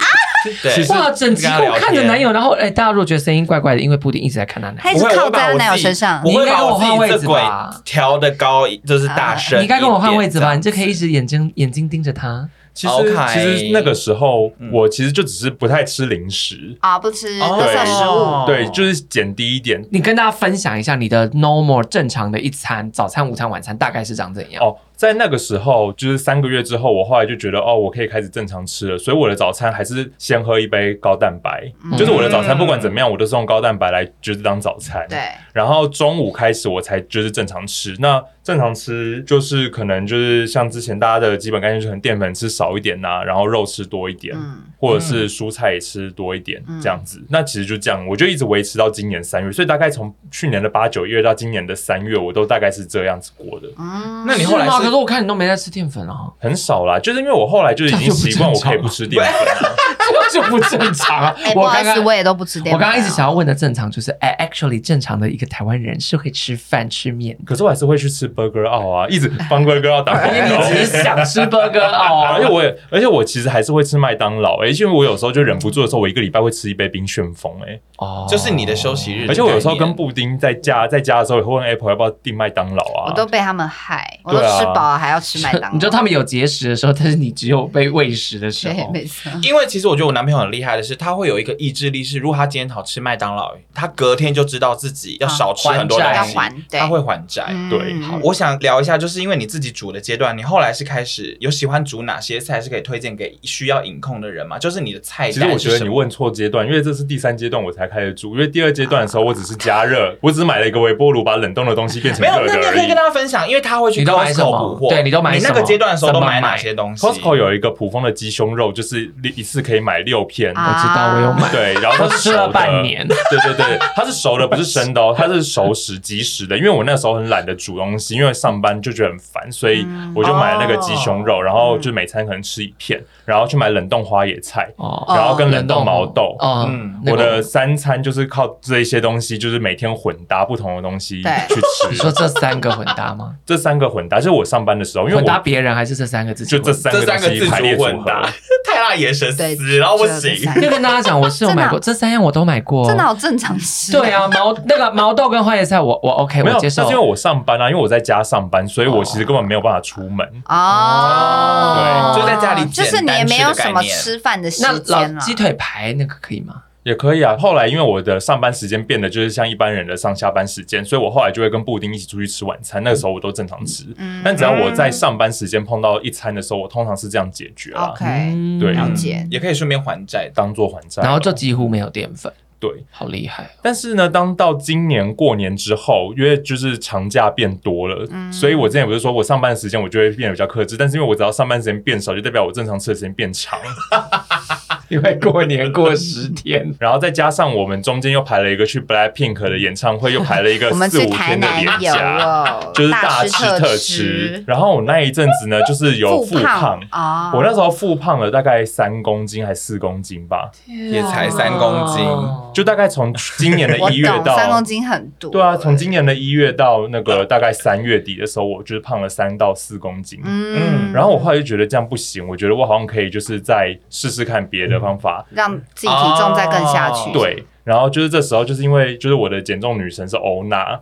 [SPEAKER 3] 对，
[SPEAKER 4] 其 实
[SPEAKER 2] 哇，整集
[SPEAKER 3] 跟他聊
[SPEAKER 2] 我
[SPEAKER 3] 天
[SPEAKER 2] 看着男友，然后哎、大家如果觉得声音怪怪的，因为布丁一直在看他男
[SPEAKER 1] 他
[SPEAKER 2] 友。
[SPEAKER 1] 一直
[SPEAKER 3] 不会
[SPEAKER 1] 靠
[SPEAKER 3] 我把
[SPEAKER 1] 在
[SPEAKER 3] 我
[SPEAKER 1] 男友
[SPEAKER 3] 自己
[SPEAKER 1] 身上
[SPEAKER 2] 你。
[SPEAKER 3] 我
[SPEAKER 2] 应
[SPEAKER 3] 会
[SPEAKER 2] 该
[SPEAKER 3] 把
[SPEAKER 2] 跟我
[SPEAKER 3] 我自
[SPEAKER 2] 换位
[SPEAKER 3] 己
[SPEAKER 2] 置
[SPEAKER 3] 这轨
[SPEAKER 2] 吧
[SPEAKER 3] 调的高，就是
[SPEAKER 1] 啊
[SPEAKER 3] 大声一点。
[SPEAKER 2] 你该跟我换位置吧，
[SPEAKER 3] 这样
[SPEAKER 2] 你就可以一直眼睛眼睛盯着他。
[SPEAKER 4] 其实
[SPEAKER 3] OK
[SPEAKER 4] 其实那个时候
[SPEAKER 3] 嗯
[SPEAKER 4] 我其实就只是不太吃零食，
[SPEAKER 1] 啊，不吃
[SPEAKER 3] 哦
[SPEAKER 1] 垃圾食物，
[SPEAKER 4] 对，就是减低一点，
[SPEAKER 2] 你跟大家分享一下你的 normal 正常的一餐，早餐、午餐、晚餐大概是长怎样？
[SPEAKER 4] 哦，在那个时候，就是三个月之后，我后来就觉得哦，我可以开始正常吃了，所以我的早餐还是先喝一杯高蛋白，
[SPEAKER 1] 嗯
[SPEAKER 4] 就是我的早餐不管怎么样，我都是用高蛋白来就是当早餐。。
[SPEAKER 1] 对，
[SPEAKER 4] 然后中午开始我才就是正常吃，那正常吃就是可能就是像之前大家的基本概念，就是可能淀粉吃少一点啊呐、然后肉吃多一点，
[SPEAKER 1] 嗯，
[SPEAKER 4] 或者是蔬菜也吃多一点、
[SPEAKER 1] 嗯
[SPEAKER 4] 这样子。那其实就这样，我就一直维持到今年三月，所以大概从去年的八九月到今年的三月，我都大概是这样子过的。
[SPEAKER 1] 嗯
[SPEAKER 3] 那你后来
[SPEAKER 2] 是吗？可
[SPEAKER 3] 是
[SPEAKER 2] 是我看你都没在吃淀粉啊，
[SPEAKER 4] 很少啦，就是因为我后来就已经习惯我可以不吃淀粉 了。
[SPEAKER 2] 这就不正常啊
[SPEAKER 1] 哎，！不
[SPEAKER 2] 我
[SPEAKER 1] 好意
[SPEAKER 2] 刚
[SPEAKER 1] 思，
[SPEAKER 2] 刚
[SPEAKER 1] 我也都不吃淀
[SPEAKER 2] 我
[SPEAKER 1] 粉
[SPEAKER 2] 刚
[SPEAKER 1] 啊。
[SPEAKER 2] 刚一直想要问的正常就是，哎，actually 正常的一个台湾人是会吃饭吃面 的，
[SPEAKER 4] 可是我还是会去吃 Burger Out 啊，一直帮 Burger Out 打广
[SPEAKER 2] 因为
[SPEAKER 4] 告
[SPEAKER 2] 你。只是想吃 burger 哦，
[SPEAKER 4] 而且我也，而且我其实还是会吃麦当劳、欸诶，因为我有时候就忍不住的时候，我一个礼拜会吃一杯冰旋风、诶。
[SPEAKER 2] 哦
[SPEAKER 3] 就是你的休息日
[SPEAKER 4] 而且我有时候
[SPEAKER 3] 概
[SPEAKER 4] 跟
[SPEAKER 3] 念
[SPEAKER 4] 布丁在家在家的时候，也会问 Apple 要不要订麦当劳啊。
[SPEAKER 1] 我都被他们害，我都
[SPEAKER 4] 对啊
[SPEAKER 1] 吃饱了还 要吃麦当劳。
[SPEAKER 2] 你知道他们有节食的时候，但是你只有被喂食的时
[SPEAKER 1] 对，
[SPEAKER 2] 候，
[SPEAKER 1] 没错。
[SPEAKER 3] 因为其实我觉得我男朋友雄很厉害的是，他会有一个意志力，是如果他今天好吃麦当劳，他隔天就知道自己要少吃很多
[SPEAKER 2] 还债
[SPEAKER 3] 东
[SPEAKER 1] 啊要
[SPEAKER 3] 西，
[SPEAKER 1] 还，对，
[SPEAKER 3] 他会还债。
[SPEAKER 4] 哎对
[SPEAKER 1] 嗯
[SPEAKER 3] 好，我想聊一下，就是因为你自己煮的阶段，你后来是开始有喜欢煮哪些菜，是可以推荐给需要饮控的人吗？就是你的菜
[SPEAKER 4] 其实我
[SPEAKER 3] 单
[SPEAKER 4] 觉
[SPEAKER 3] 哎是
[SPEAKER 4] 得
[SPEAKER 3] 什
[SPEAKER 4] 你
[SPEAKER 3] 么？
[SPEAKER 4] 问错阶段，因为这是第三阶段我才开始煮，因为第二阶段的时候我只是 加热，我只是买了一个微波炉，把冷冻的东西变成
[SPEAKER 3] 没有，那
[SPEAKER 4] 热的
[SPEAKER 3] 你也
[SPEAKER 4] 而
[SPEAKER 3] 可以
[SPEAKER 4] 已
[SPEAKER 3] 跟。大家分享，因为他会去
[SPEAKER 2] 你都买什
[SPEAKER 3] Costco
[SPEAKER 2] 么
[SPEAKER 3] 补货，
[SPEAKER 2] 对你都买
[SPEAKER 3] 你那
[SPEAKER 2] 什
[SPEAKER 3] 个
[SPEAKER 2] 么
[SPEAKER 3] 阶段的时候都
[SPEAKER 2] 怎么
[SPEAKER 3] 买哪
[SPEAKER 2] 买
[SPEAKER 3] 些东西
[SPEAKER 4] Costco 有一个普丰的鸡胸肉，就是一次可以买六片，
[SPEAKER 1] 啊
[SPEAKER 2] 知道我有买，
[SPEAKER 4] 对，然后
[SPEAKER 2] 我
[SPEAKER 4] 它是
[SPEAKER 2] 吃
[SPEAKER 4] 熟的
[SPEAKER 2] 了半。年，
[SPEAKER 4] 对对对，它是熟的，不是生 的哦，它是熟食即食的。因为我那时候很懒得煮东西，因为上班就觉得很烦，所以
[SPEAKER 1] 嗯
[SPEAKER 4] 我就买了那个鸡胸
[SPEAKER 3] 哦
[SPEAKER 4] 肉，然后
[SPEAKER 3] 嗯
[SPEAKER 4] 就每餐可能吃一片，然后去买冷冻花野菜，
[SPEAKER 2] 哦，
[SPEAKER 4] 然后跟冷冻毛豆。
[SPEAKER 2] 嗯
[SPEAKER 3] 嗯，
[SPEAKER 2] 那
[SPEAKER 4] 我
[SPEAKER 2] 个
[SPEAKER 4] 的三餐就是靠这一些东西，就是每天混搭不同的东西
[SPEAKER 1] 对
[SPEAKER 4] 去
[SPEAKER 2] 你说
[SPEAKER 4] 吃。
[SPEAKER 2] 这三个混搭吗？
[SPEAKER 4] 这三个混搭，就是我上班的时候， 因为
[SPEAKER 2] 混搭
[SPEAKER 4] 我
[SPEAKER 2] 别人还是这三个自己
[SPEAKER 4] 就
[SPEAKER 2] 混？
[SPEAKER 4] 这三
[SPEAKER 3] 这
[SPEAKER 4] 个东
[SPEAKER 3] 三个
[SPEAKER 4] 西
[SPEAKER 3] 自
[SPEAKER 4] 排列
[SPEAKER 3] 主
[SPEAKER 4] 组
[SPEAKER 3] 混
[SPEAKER 4] 合
[SPEAKER 3] 搭，， 太辣眼神
[SPEAKER 1] 对
[SPEAKER 3] 死，然后不
[SPEAKER 1] 这
[SPEAKER 3] 行
[SPEAKER 1] 三。
[SPEAKER 2] 要跟大家讲，我是有
[SPEAKER 1] 啊
[SPEAKER 2] 买过，这三样我都买过。
[SPEAKER 1] 这哪有正常吃？
[SPEAKER 2] 对，啊，毛那个毛豆跟花椰菜，我我 OK，
[SPEAKER 4] 没
[SPEAKER 2] 我哦
[SPEAKER 4] 有，那
[SPEAKER 2] 接
[SPEAKER 4] 是
[SPEAKER 2] 受
[SPEAKER 4] 因。为我上班啊，因为我在家上班，所以我其实根本没有办法出门。
[SPEAKER 1] 哦，
[SPEAKER 3] 对就在家里
[SPEAKER 1] 就是你也没有什么吃饭的时
[SPEAKER 2] 那
[SPEAKER 1] 间啊
[SPEAKER 2] 老
[SPEAKER 1] 了。
[SPEAKER 2] 鸡腿排那个可以吗？
[SPEAKER 4] 也可以啊。后来因为我的上班时间变得就是像一般人的上下班时间，所以我后来就会跟布丁一起出去吃晚餐。那个时候我都正常吃，
[SPEAKER 1] 嗯
[SPEAKER 4] 但只要我在上班时间碰到一餐的时候，我通常是这样解决啦，
[SPEAKER 1] OK
[SPEAKER 2] 嗯
[SPEAKER 4] 对
[SPEAKER 1] 了解
[SPEAKER 3] 也可以顺便还债的。
[SPEAKER 4] 当做还债咯。啊
[SPEAKER 2] 然后就几乎没有淀粉，
[SPEAKER 4] 对。
[SPEAKER 2] 好厉害。啊
[SPEAKER 4] 但是呢，当到今年过年之后，因为就是长假变多了，
[SPEAKER 1] 嗯
[SPEAKER 4] 所以我之前不是说我上班时间我就会变得比较克制，但是因为我只要上班时间变少，就代表我正常吃的时间变长，
[SPEAKER 2] 因为过年过十天，
[SPEAKER 4] 然后再加上我们中间又排了一个去 Blackpink 的演唱会，又排了一个
[SPEAKER 1] 我们
[SPEAKER 4] 四
[SPEAKER 1] 去
[SPEAKER 4] 五
[SPEAKER 1] 台
[SPEAKER 4] 天的
[SPEAKER 1] 南
[SPEAKER 4] 连
[SPEAKER 1] 有
[SPEAKER 4] 假，
[SPEAKER 1] 哦，
[SPEAKER 4] 就是大
[SPEAKER 1] 吃
[SPEAKER 4] 吃特吃
[SPEAKER 1] 吃。，
[SPEAKER 4] 然后我那一阵子呢，就是有复胖。
[SPEAKER 1] 啊！
[SPEAKER 4] 我那时候复胖了大概三公斤还四公斤吧，
[SPEAKER 2] 也
[SPEAKER 3] 才三公斤
[SPEAKER 2] 哦
[SPEAKER 4] 就大概从今年 的
[SPEAKER 1] 我
[SPEAKER 4] 一月
[SPEAKER 1] 懂，
[SPEAKER 4] 到
[SPEAKER 1] 三公斤很多。
[SPEAKER 4] 对啊，从今年的一月到那个大概三月底的时候，我就是胖了三到四公斤。
[SPEAKER 1] 嗯，
[SPEAKER 4] 然后我后来就觉得这样不行，我觉得我好像可以就是再试试看别的方法。
[SPEAKER 1] 让自己体重再更下去。
[SPEAKER 3] 嗯
[SPEAKER 4] 哦对，然后就是这时候就是因为就是我的减重女神是欧娜，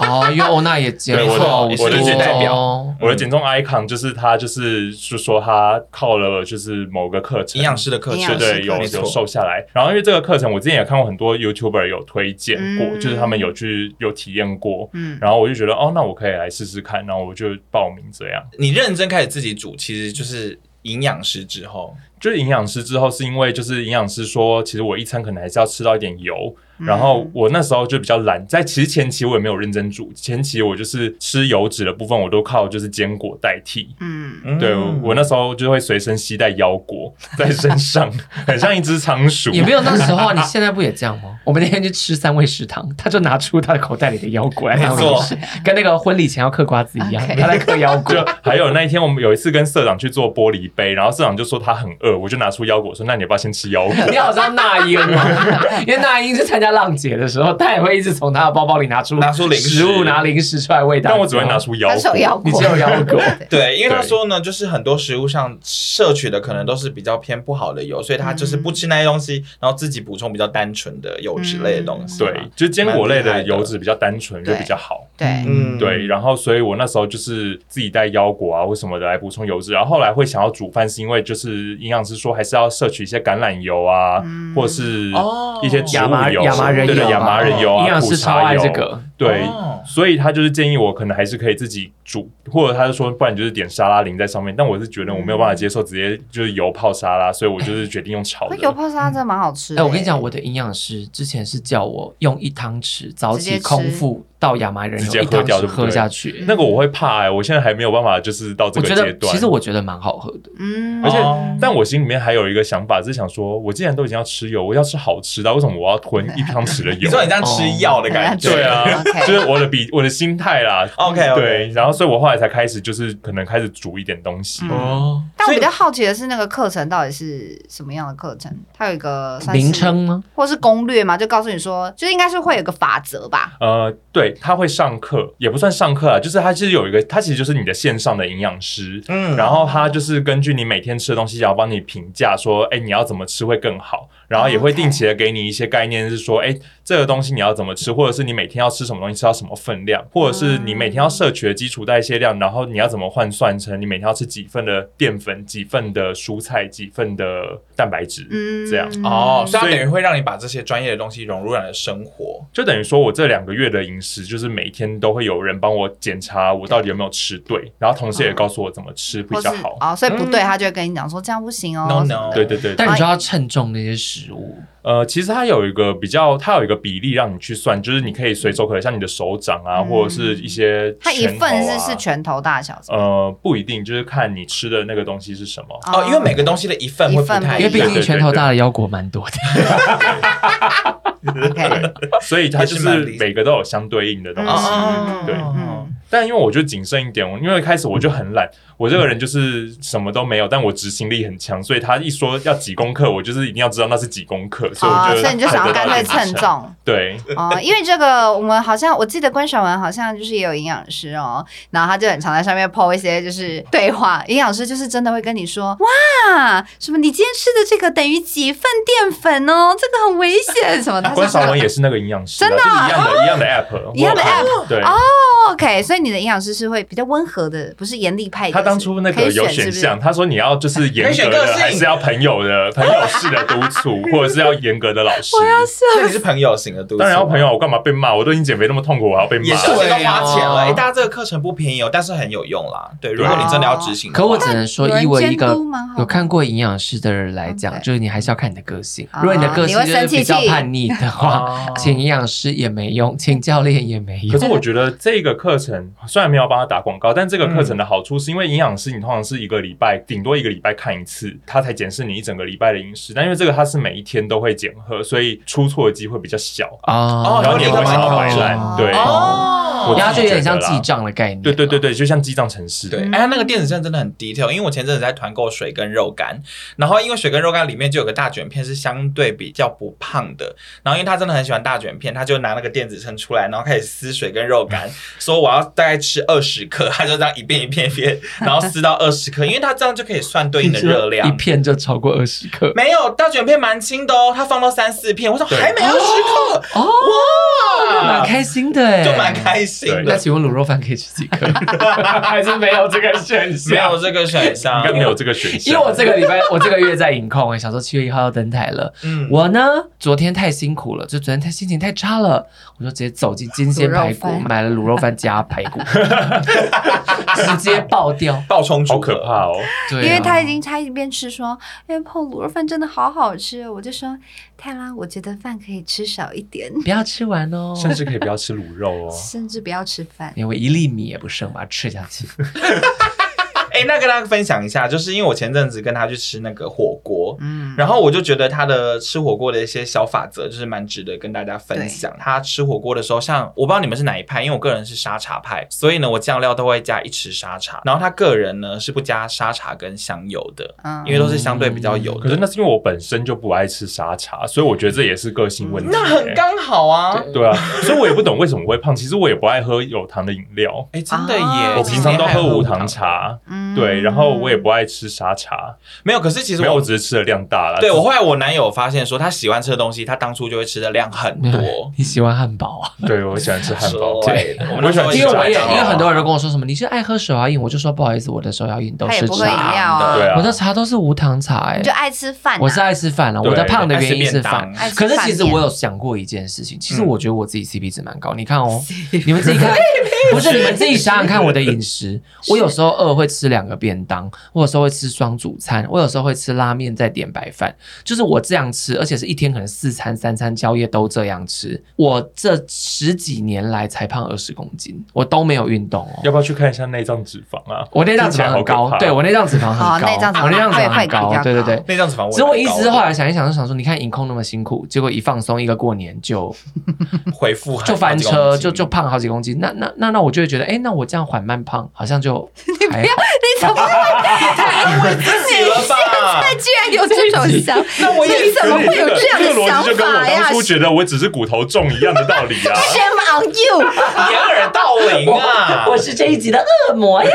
[SPEAKER 2] 哦，因为欧娜也接
[SPEAKER 4] 对我的
[SPEAKER 2] 受，
[SPEAKER 4] 我的
[SPEAKER 2] 多
[SPEAKER 4] 女代
[SPEAKER 3] 表
[SPEAKER 4] 我的减重 icon 就是她，就是就说她靠了就是某个课程
[SPEAKER 3] 营养师的课
[SPEAKER 1] 营
[SPEAKER 3] 程，
[SPEAKER 1] 养
[SPEAKER 4] 对
[SPEAKER 1] 师
[SPEAKER 4] 对，有
[SPEAKER 3] 没
[SPEAKER 4] 有
[SPEAKER 3] 错。
[SPEAKER 4] 瘦下来。然后因为这个课程，我之前也看过很多 YouTuber 有推荐过，
[SPEAKER 1] 嗯
[SPEAKER 4] 就是他们有去有体验过，
[SPEAKER 1] 嗯，
[SPEAKER 4] 然后我就觉得哦，那我可以来试试看，然后我就报名这样。
[SPEAKER 3] 你认真开始自己煮，其实就是营养师之后，
[SPEAKER 4] 就是营养师之后，是因为就是营养师说，其实我一餐可能还是要吃到一点油。然后我那时候就比较懒，在其实前期我也没有认真煮，前期我就是吃油脂的部分，我都靠就是坚果代替。
[SPEAKER 1] 嗯，
[SPEAKER 3] 嗯
[SPEAKER 4] 对我那时候就会随身携带腰果在身上，很像一只仓鼠。
[SPEAKER 2] 也没有那时候啊，你现在不也这样 吗？我们那天去吃三味食堂，他就拿出他的口袋里的腰果来
[SPEAKER 3] 没
[SPEAKER 2] 让我
[SPEAKER 3] 错
[SPEAKER 2] 们吃，跟那个婚礼前要嗑瓜子一 样，
[SPEAKER 1] OK
[SPEAKER 2] 他在嗑腰果。
[SPEAKER 4] 就还有那一天，我们有一次跟社长去做玻璃杯，然后社长就说他很饿，我就拿出腰果说：“那你要不要先吃腰果
[SPEAKER 2] 你好像那英哦， 因为那英去参加浪姐的时候，她也会一直从她的包包里拿出
[SPEAKER 3] 拿出零食
[SPEAKER 2] 食物、拿零食出来喂？”大家。
[SPEAKER 4] 但我只会拿，出腰
[SPEAKER 1] 他是有腰
[SPEAKER 4] 果。
[SPEAKER 1] 果，
[SPEAKER 2] 你只有腰果
[SPEAKER 3] 对，因为他
[SPEAKER 4] 对
[SPEAKER 3] 说呢，就是很多食物上摄取的可能都是比较偏不好的油，所以他就是不吃那些东
[SPEAKER 1] 嗯
[SPEAKER 3] 西，然后自己补充比较单纯的油脂类的东西。
[SPEAKER 4] 对，就是坚果类的油脂比较单纯，就
[SPEAKER 1] 对
[SPEAKER 4] 比较好。
[SPEAKER 1] 对，
[SPEAKER 3] 嗯
[SPEAKER 4] 对，然后所以我那时候就是自己带腰果啊或什么的来补充油脂，然后后来会想要煮饭，是因为就是营养师说还是要摄取一些橄榄油啊，
[SPEAKER 1] 嗯
[SPEAKER 4] 或是
[SPEAKER 3] 哦
[SPEAKER 4] 一些植
[SPEAKER 2] 亚麻
[SPEAKER 4] 物油，
[SPEAKER 2] 亚麻仁
[SPEAKER 4] 对
[SPEAKER 2] 油
[SPEAKER 4] 对
[SPEAKER 2] 吧，
[SPEAKER 4] 亚麻仁油啊，
[SPEAKER 2] 营养
[SPEAKER 4] 苦
[SPEAKER 2] 师超
[SPEAKER 4] 茶
[SPEAKER 2] 爱这
[SPEAKER 4] 油
[SPEAKER 2] 个。
[SPEAKER 4] 对，
[SPEAKER 3] 哦
[SPEAKER 4] 所以他就是建议我可能还是可以自己煮，或者他就说，不然你就是点沙拉淋在上面。但我是觉得我没有办
[SPEAKER 1] 嗯
[SPEAKER 4] 法接受直接就是油泡沙拉，所以我就是决定用炒
[SPEAKER 1] 那油
[SPEAKER 4] 的。
[SPEAKER 1] 泡沙拉真的蛮好吃
[SPEAKER 2] 哎、
[SPEAKER 1] 的。欸
[SPEAKER 2] 我跟你讲，，我的营养师之前是叫我用一汤匙早
[SPEAKER 1] 直接
[SPEAKER 2] 起
[SPEAKER 1] 吃
[SPEAKER 2] 空腹到亚麻仁
[SPEAKER 4] 直
[SPEAKER 2] 油
[SPEAKER 4] 接
[SPEAKER 2] 一
[SPEAKER 4] 喝
[SPEAKER 2] 汤
[SPEAKER 4] 掉
[SPEAKER 2] 匙
[SPEAKER 4] 对不
[SPEAKER 2] 喝
[SPEAKER 4] 对
[SPEAKER 2] 下去。
[SPEAKER 4] 那个我会怕哎、我现在还没有办法就是到这
[SPEAKER 2] 我
[SPEAKER 4] 个
[SPEAKER 2] 觉
[SPEAKER 4] 阶
[SPEAKER 2] 得
[SPEAKER 4] 段。
[SPEAKER 2] 其实我觉得蛮好喝的，
[SPEAKER 1] 嗯，
[SPEAKER 4] 而且
[SPEAKER 3] 哦
[SPEAKER 4] 但我心里面还有一个想法，是想说，我既然都已经要吃油，我要吃好吃的，为什么我要吞一汤匙的
[SPEAKER 3] 你
[SPEAKER 4] 油？
[SPEAKER 3] 说你这样吃药的感觉，
[SPEAKER 1] 哦
[SPEAKER 4] 对啊
[SPEAKER 1] OK，
[SPEAKER 4] 就是我的比我的心态啦。
[SPEAKER 3] ，OK，
[SPEAKER 4] 对，，然后所以我后来才开始，就是可能开始煮一点东西。
[SPEAKER 1] 嗯
[SPEAKER 2] 哦，
[SPEAKER 1] 但我
[SPEAKER 3] 所以
[SPEAKER 1] 比较好奇的是，那个课程到底是什么样的课程？它有一个算是
[SPEAKER 2] 名称吗？
[SPEAKER 1] 或是攻略嘛，就告诉你说，就应该是会有一个法则吧。
[SPEAKER 4] 呃，对，他会上课，也不算上课啊，就是他其实有一个，他其实就是你的线上的营养师，
[SPEAKER 3] 嗯
[SPEAKER 4] 然后他就是根据你每天吃的东西，然后帮你评价说，哎，你要怎么吃会更好，然后也会
[SPEAKER 1] OK
[SPEAKER 4] 定期的给你一些概念，是说，哎，这个东西你要怎么吃，或者是你每天要吃什么东西，吃到什么分量，或者是你每天要摄取的基础代谢量，然后你要怎么换算成你每天要吃几份的淀粉，粉、几份的蔬菜、几份的蛋白质，
[SPEAKER 1] 嗯
[SPEAKER 4] 这样
[SPEAKER 3] 哦，所以它
[SPEAKER 4] 所以
[SPEAKER 3] 等于会让你把这些专业的东西融入到你的生活。
[SPEAKER 4] 就等于说我这两个月的饮食，就是每天都会有人帮我检查我到底有没有吃对，然后同事也告诉我怎么吃比
[SPEAKER 1] 或是
[SPEAKER 4] 较好。
[SPEAKER 1] 哦，所以不对，
[SPEAKER 3] 嗯
[SPEAKER 1] 他就会跟你讲说这样不行哦。
[SPEAKER 3] No
[SPEAKER 1] 什么
[SPEAKER 3] no，
[SPEAKER 1] 的
[SPEAKER 4] 对对对，对
[SPEAKER 2] 但你就要称重那些食物，
[SPEAKER 4] 呃，其实它有一个比较，它有一个比例让你去算，就是你可以随手可得，像你的手掌啊，
[SPEAKER 1] 嗯
[SPEAKER 4] 或者是一些
[SPEAKER 1] 它一
[SPEAKER 4] 拳头啊
[SPEAKER 1] 份是是拳头大小，是吗
[SPEAKER 4] 呃不一定，就是看你吃的那个东西是什么。
[SPEAKER 3] 哦，因为每个东西的一份会不太
[SPEAKER 1] 一份不
[SPEAKER 2] 因为
[SPEAKER 3] 一
[SPEAKER 1] 一
[SPEAKER 2] 毕
[SPEAKER 1] 样
[SPEAKER 3] 样。
[SPEAKER 2] 竟拳头大的腰果蛮多的。
[SPEAKER 1] 哦 OK
[SPEAKER 4] 所以它就
[SPEAKER 3] 也是蛮
[SPEAKER 4] 是
[SPEAKER 3] 理
[SPEAKER 4] 每个都有相对应的东
[SPEAKER 1] 嗯
[SPEAKER 4] 西。
[SPEAKER 3] 哦
[SPEAKER 4] 对
[SPEAKER 1] 嗯
[SPEAKER 4] 但因为我就谨慎一点，我因为一开始我就很懒，我这个人就是什么都没有，但我执行力很强，所以他一说要几公克，我就是一定要知道那是几公克，所以我
[SPEAKER 1] 哦，
[SPEAKER 4] 就、
[SPEAKER 1] 所以你就想要干脆称。重
[SPEAKER 4] 对，
[SPEAKER 1] 哦，因为这个我们好像我记得关晓雯好像就是也有营养师哦，然后他就很常在上面 PO 一些就是对话，营养师就是真的会跟你说哇，什么你今天吃的这个等于几份淀粉哦，这个很危险什么的。
[SPEAKER 4] 关
[SPEAKER 1] 他
[SPEAKER 4] 少
[SPEAKER 1] 说
[SPEAKER 4] 啊文也是那个营养师啊，
[SPEAKER 1] 真的啊
[SPEAKER 4] 就是一样的一样的 app，
[SPEAKER 1] 一样的
[SPEAKER 4] 我有看
[SPEAKER 1] app
[SPEAKER 4] 对。
[SPEAKER 1] 哦 OK，所以你的营养师是会比较温和的，哎不是严厉派的。
[SPEAKER 4] 他当初那
[SPEAKER 1] 可
[SPEAKER 4] 个
[SPEAKER 1] 以
[SPEAKER 4] 有
[SPEAKER 1] 选
[SPEAKER 4] 选
[SPEAKER 1] 是不是
[SPEAKER 4] 项，他说你要就是严
[SPEAKER 3] 可以选
[SPEAKER 4] 格
[SPEAKER 3] 个
[SPEAKER 4] 的，
[SPEAKER 3] 性
[SPEAKER 4] 还是要朋友 的、朋友式的督促，或者是要严格的老师。
[SPEAKER 3] 那你是朋友型的啊督促吗，
[SPEAKER 4] 当然要朋友，我干嘛被骂？我都已经减肥那么痛苦，我还要被
[SPEAKER 1] 啊
[SPEAKER 4] 骂
[SPEAKER 3] 也？是而且都花钱了。
[SPEAKER 2] 对啊
[SPEAKER 3] 哎，大家这个课程不便宜哦，但是很有用啦。对，如果你真的要执行的话，
[SPEAKER 2] 可我只能说，以
[SPEAKER 1] 有
[SPEAKER 2] 我
[SPEAKER 1] 人
[SPEAKER 2] 一
[SPEAKER 1] 监
[SPEAKER 2] 个
[SPEAKER 1] 督蛮好的
[SPEAKER 2] 有看过营养师的人来讲，
[SPEAKER 1] OK
[SPEAKER 2] 就是你还是要看你的个性
[SPEAKER 1] 啊。
[SPEAKER 2] 如果你的个性
[SPEAKER 1] 你会
[SPEAKER 2] 就是
[SPEAKER 1] 生气
[SPEAKER 2] 比较
[SPEAKER 1] 气
[SPEAKER 2] 叛逆的话，
[SPEAKER 3] 哦
[SPEAKER 2] 请营养师也没用，请教练也没
[SPEAKER 4] 可
[SPEAKER 2] 用。
[SPEAKER 4] 是我觉得这个课程虽然没有帮他打广告，但这个课程
[SPEAKER 1] 嗯
[SPEAKER 4] 的好处是因为营养师你通常是一个礼拜顶多一个礼拜看一次，他才检视你一整个礼拜的饮食。但因为这个他是每一天都会检核，所以出错的机会比较小，
[SPEAKER 2] 哦
[SPEAKER 4] 然后你也不会想要摆烂
[SPEAKER 1] 哦。
[SPEAKER 4] 对，
[SPEAKER 3] 哦
[SPEAKER 4] 我
[SPEAKER 2] 然后就有点像
[SPEAKER 4] 自己觉得
[SPEAKER 2] 记
[SPEAKER 4] 啦
[SPEAKER 2] 账的概念。
[SPEAKER 4] 对对对对，就像记账城市。
[SPEAKER 3] 对，哎，它那个电子秤真的很 detail，因为我前阵子在团购水跟肉干，然后因为水跟肉干里面就有个大卷片是相对比较不胖的，然后因为他真的很喜欢大卷片，他就拿那个电子秤出来，然后开始撕水跟肉干，说我要大概吃二十克，他就这样一片一片一片，然后撕到二十克，因为他这样就可以算对应的热 量。
[SPEAKER 2] 一片就超过二十克。
[SPEAKER 3] 没有大卷片蛮轻的哦，他放到三四片，我说
[SPEAKER 4] 对
[SPEAKER 3] 还没二十克，
[SPEAKER 2] 哦，那蛮
[SPEAKER 3] 哇，
[SPEAKER 2] 开心的哎，
[SPEAKER 3] 就蛮。开心
[SPEAKER 2] 那
[SPEAKER 3] 的，
[SPEAKER 2] 请问卤肉饭可以吃几克？ 还是没有这个选
[SPEAKER 3] 没有这个选项，
[SPEAKER 4] 应该没有，这个选
[SPEAKER 2] 因
[SPEAKER 4] 项。
[SPEAKER 2] 为我这个礼拜，我这个月在影控，欸想说七月一号要登台了。
[SPEAKER 3] 嗯
[SPEAKER 2] 我呢，昨天太辛苦了，就昨天太心情太差了，我就直接走进金鲜排骨
[SPEAKER 1] 卤肉，饭
[SPEAKER 2] 买了卤肉饭加 排骨，直接爆掉。
[SPEAKER 3] 爆冲
[SPEAKER 4] 好
[SPEAKER 3] 煮
[SPEAKER 4] 可怕哦！
[SPEAKER 2] 对、啊，
[SPEAKER 1] 因为他已经他一边吃说，哎，碰卤肉饭真的好好吃，我就说泰拉，我觉得饭可以吃少一点，
[SPEAKER 2] 不要吃完哦，
[SPEAKER 4] 甚至可以不要吃卤肉哦。
[SPEAKER 1] 甚至不要吃饭。
[SPEAKER 2] 因为一粒米也不剩，把它吃下 去。。
[SPEAKER 3] 哎、那跟大家分享一下，就是因为我前阵子跟他去吃那个火锅，
[SPEAKER 1] 嗯，
[SPEAKER 3] 然后我就觉得他的吃火锅的一些小法则，就是蛮值得跟大家分享。他吃火锅的时候，像我不知道你们是哪一派，因为我个人是沙茶派，所以呢，我酱料都会加一匙沙茶。然后他个人呢是不加沙茶跟香油的，
[SPEAKER 1] 嗯
[SPEAKER 3] 因为都是相对比较油
[SPEAKER 4] 可
[SPEAKER 3] 的。
[SPEAKER 4] 是那是因为我本身就不爱吃沙茶，所以我觉得这也是个性问题。
[SPEAKER 3] 嗯
[SPEAKER 4] 欸
[SPEAKER 3] 那很刚好啊！
[SPEAKER 4] 对啊，所以我也不懂为什么会胖。其实我也不爱喝有糖的饮料，
[SPEAKER 3] 哎、真的耶！
[SPEAKER 1] 啊
[SPEAKER 4] 我平常都
[SPEAKER 3] 其实
[SPEAKER 4] 喝
[SPEAKER 3] 也还
[SPEAKER 4] 无糖，茶，
[SPEAKER 1] 嗯
[SPEAKER 4] 对，然后我也不爱吃沙茶，
[SPEAKER 3] 没有。可是其实
[SPEAKER 4] 没有，
[SPEAKER 3] 我
[SPEAKER 4] 我只是吃的量大了。
[SPEAKER 3] 对
[SPEAKER 4] 只是
[SPEAKER 3] 我后来我男友发现说，他喜欢吃的东西，他当初就会吃的量很多
[SPEAKER 2] 你喜欢汉堡啊？
[SPEAKER 4] 对我喜欢吃汉堡，
[SPEAKER 3] 之类的我们
[SPEAKER 4] 哦我喜欢啊
[SPEAKER 3] 那
[SPEAKER 4] 吃
[SPEAKER 3] 时
[SPEAKER 2] 因为
[SPEAKER 3] 候
[SPEAKER 2] 我也，
[SPEAKER 4] 炸
[SPEAKER 2] 因
[SPEAKER 4] 鸡
[SPEAKER 2] 为很多人都跟我说什么你是爱喝手摇饮，我就说不好意思，我的手摇饮都
[SPEAKER 1] 他也
[SPEAKER 2] 是
[SPEAKER 1] 不喝饮
[SPEAKER 2] 茶，
[SPEAKER 1] 料啊，
[SPEAKER 4] 对啊
[SPEAKER 2] 我的茶都是无糖茶哎、
[SPEAKER 1] 你就爱吃饭、啊。
[SPEAKER 2] 我是爱吃饭了、
[SPEAKER 4] 对
[SPEAKER 2] 我的胖的原因是
[SPEAKER 3] 爱吃
[SPEAKER 2] 饭
[SPEAKER 3] 便
[SPEAKER 1] 当爱吃。
[SPEAKER 2] 可是其
[SPEAKER 1] 饭
[SPEAKER 2] 实
[SPEAKER 1] 店
[SPEAKER 2] 我有想过一件事情，其实
[SPEAKER 3] 嗯
[SPEAKER 2] 我觉得我自己 CP 值蛮高。你看哦， 你们自己看，不是你们自己想想看我的饮食。我有时候饿会吃两个便当，我有时候会吃双主餐，我有时候会吃拉面再点白饭，就是我这样吃，而且是一天可能四餐三餐宵夜都这样吃。我这十几年来才胖二十公斤，我都没有运动哦。
[SPEAKER 4] 要不要去看一下内脏脂肪啊？
[SPEAKER 2] 我内脏脂肪很
[SPEAKER 4] 听起来好可
[SPEAKER 2] 高
[SPEAKER 4] 怕，
[SPEAKER 2] 对我内脏脂肪很
[SPEAKER 1] 哦
[SPEAKER 2] 高，
[SPEAKER 1] 内脏脂肪
[SPEAKER 2] 我内脏脂肪
[SPEAKER 1] 会会
[SPEAKER 2] 很
[SPEAKER 1] 比较
[SPEAKER 2] 高，啊对对对
[SPEAKER 1] 高。
[SPEAKER 3] 那张脂肪
[SPEAKER 2] 只是我一直后
[SPEAKER 3] 后来
[SPEAKER 2] 来想一想，就想说，你看影控那么辛苦，结果一放松一个过年就
[SPEAKER 3] 回复
[SPEAKER 2] 就翻车，就就
[SPEAKER 3] 胖。
[SPEAKER 2] 胖好几公斤。那那那那我就会觉得，哎、那我这样缓慢胖，好像就还好。
[SPEAKER 1] 你怎么会？太安慰自己
[SPEAKER 3] 了吧
[SPEAKER 1] 现在居然有这 种想，那
[SPEAKER 3] 我也
[SPEAKER 1] 你怎么会有这样
[SPEAKER 4] 这
[SPEAKER 1] 的
[SPEAKER 4] 个逻
[SPEAKER 1] 想
[SPEAKER 4] 辑就跟我
[SPEAKER 1] 法呀
[SPEAKER 4] 当初觉得我只是骨头重一样的道 理啊。
[SPEAKER 1] ？Shame on you！
[SPEAKER 3] 掩耳盗铃啊！
[SPEAKER 2] 是这一集的恶魔呀！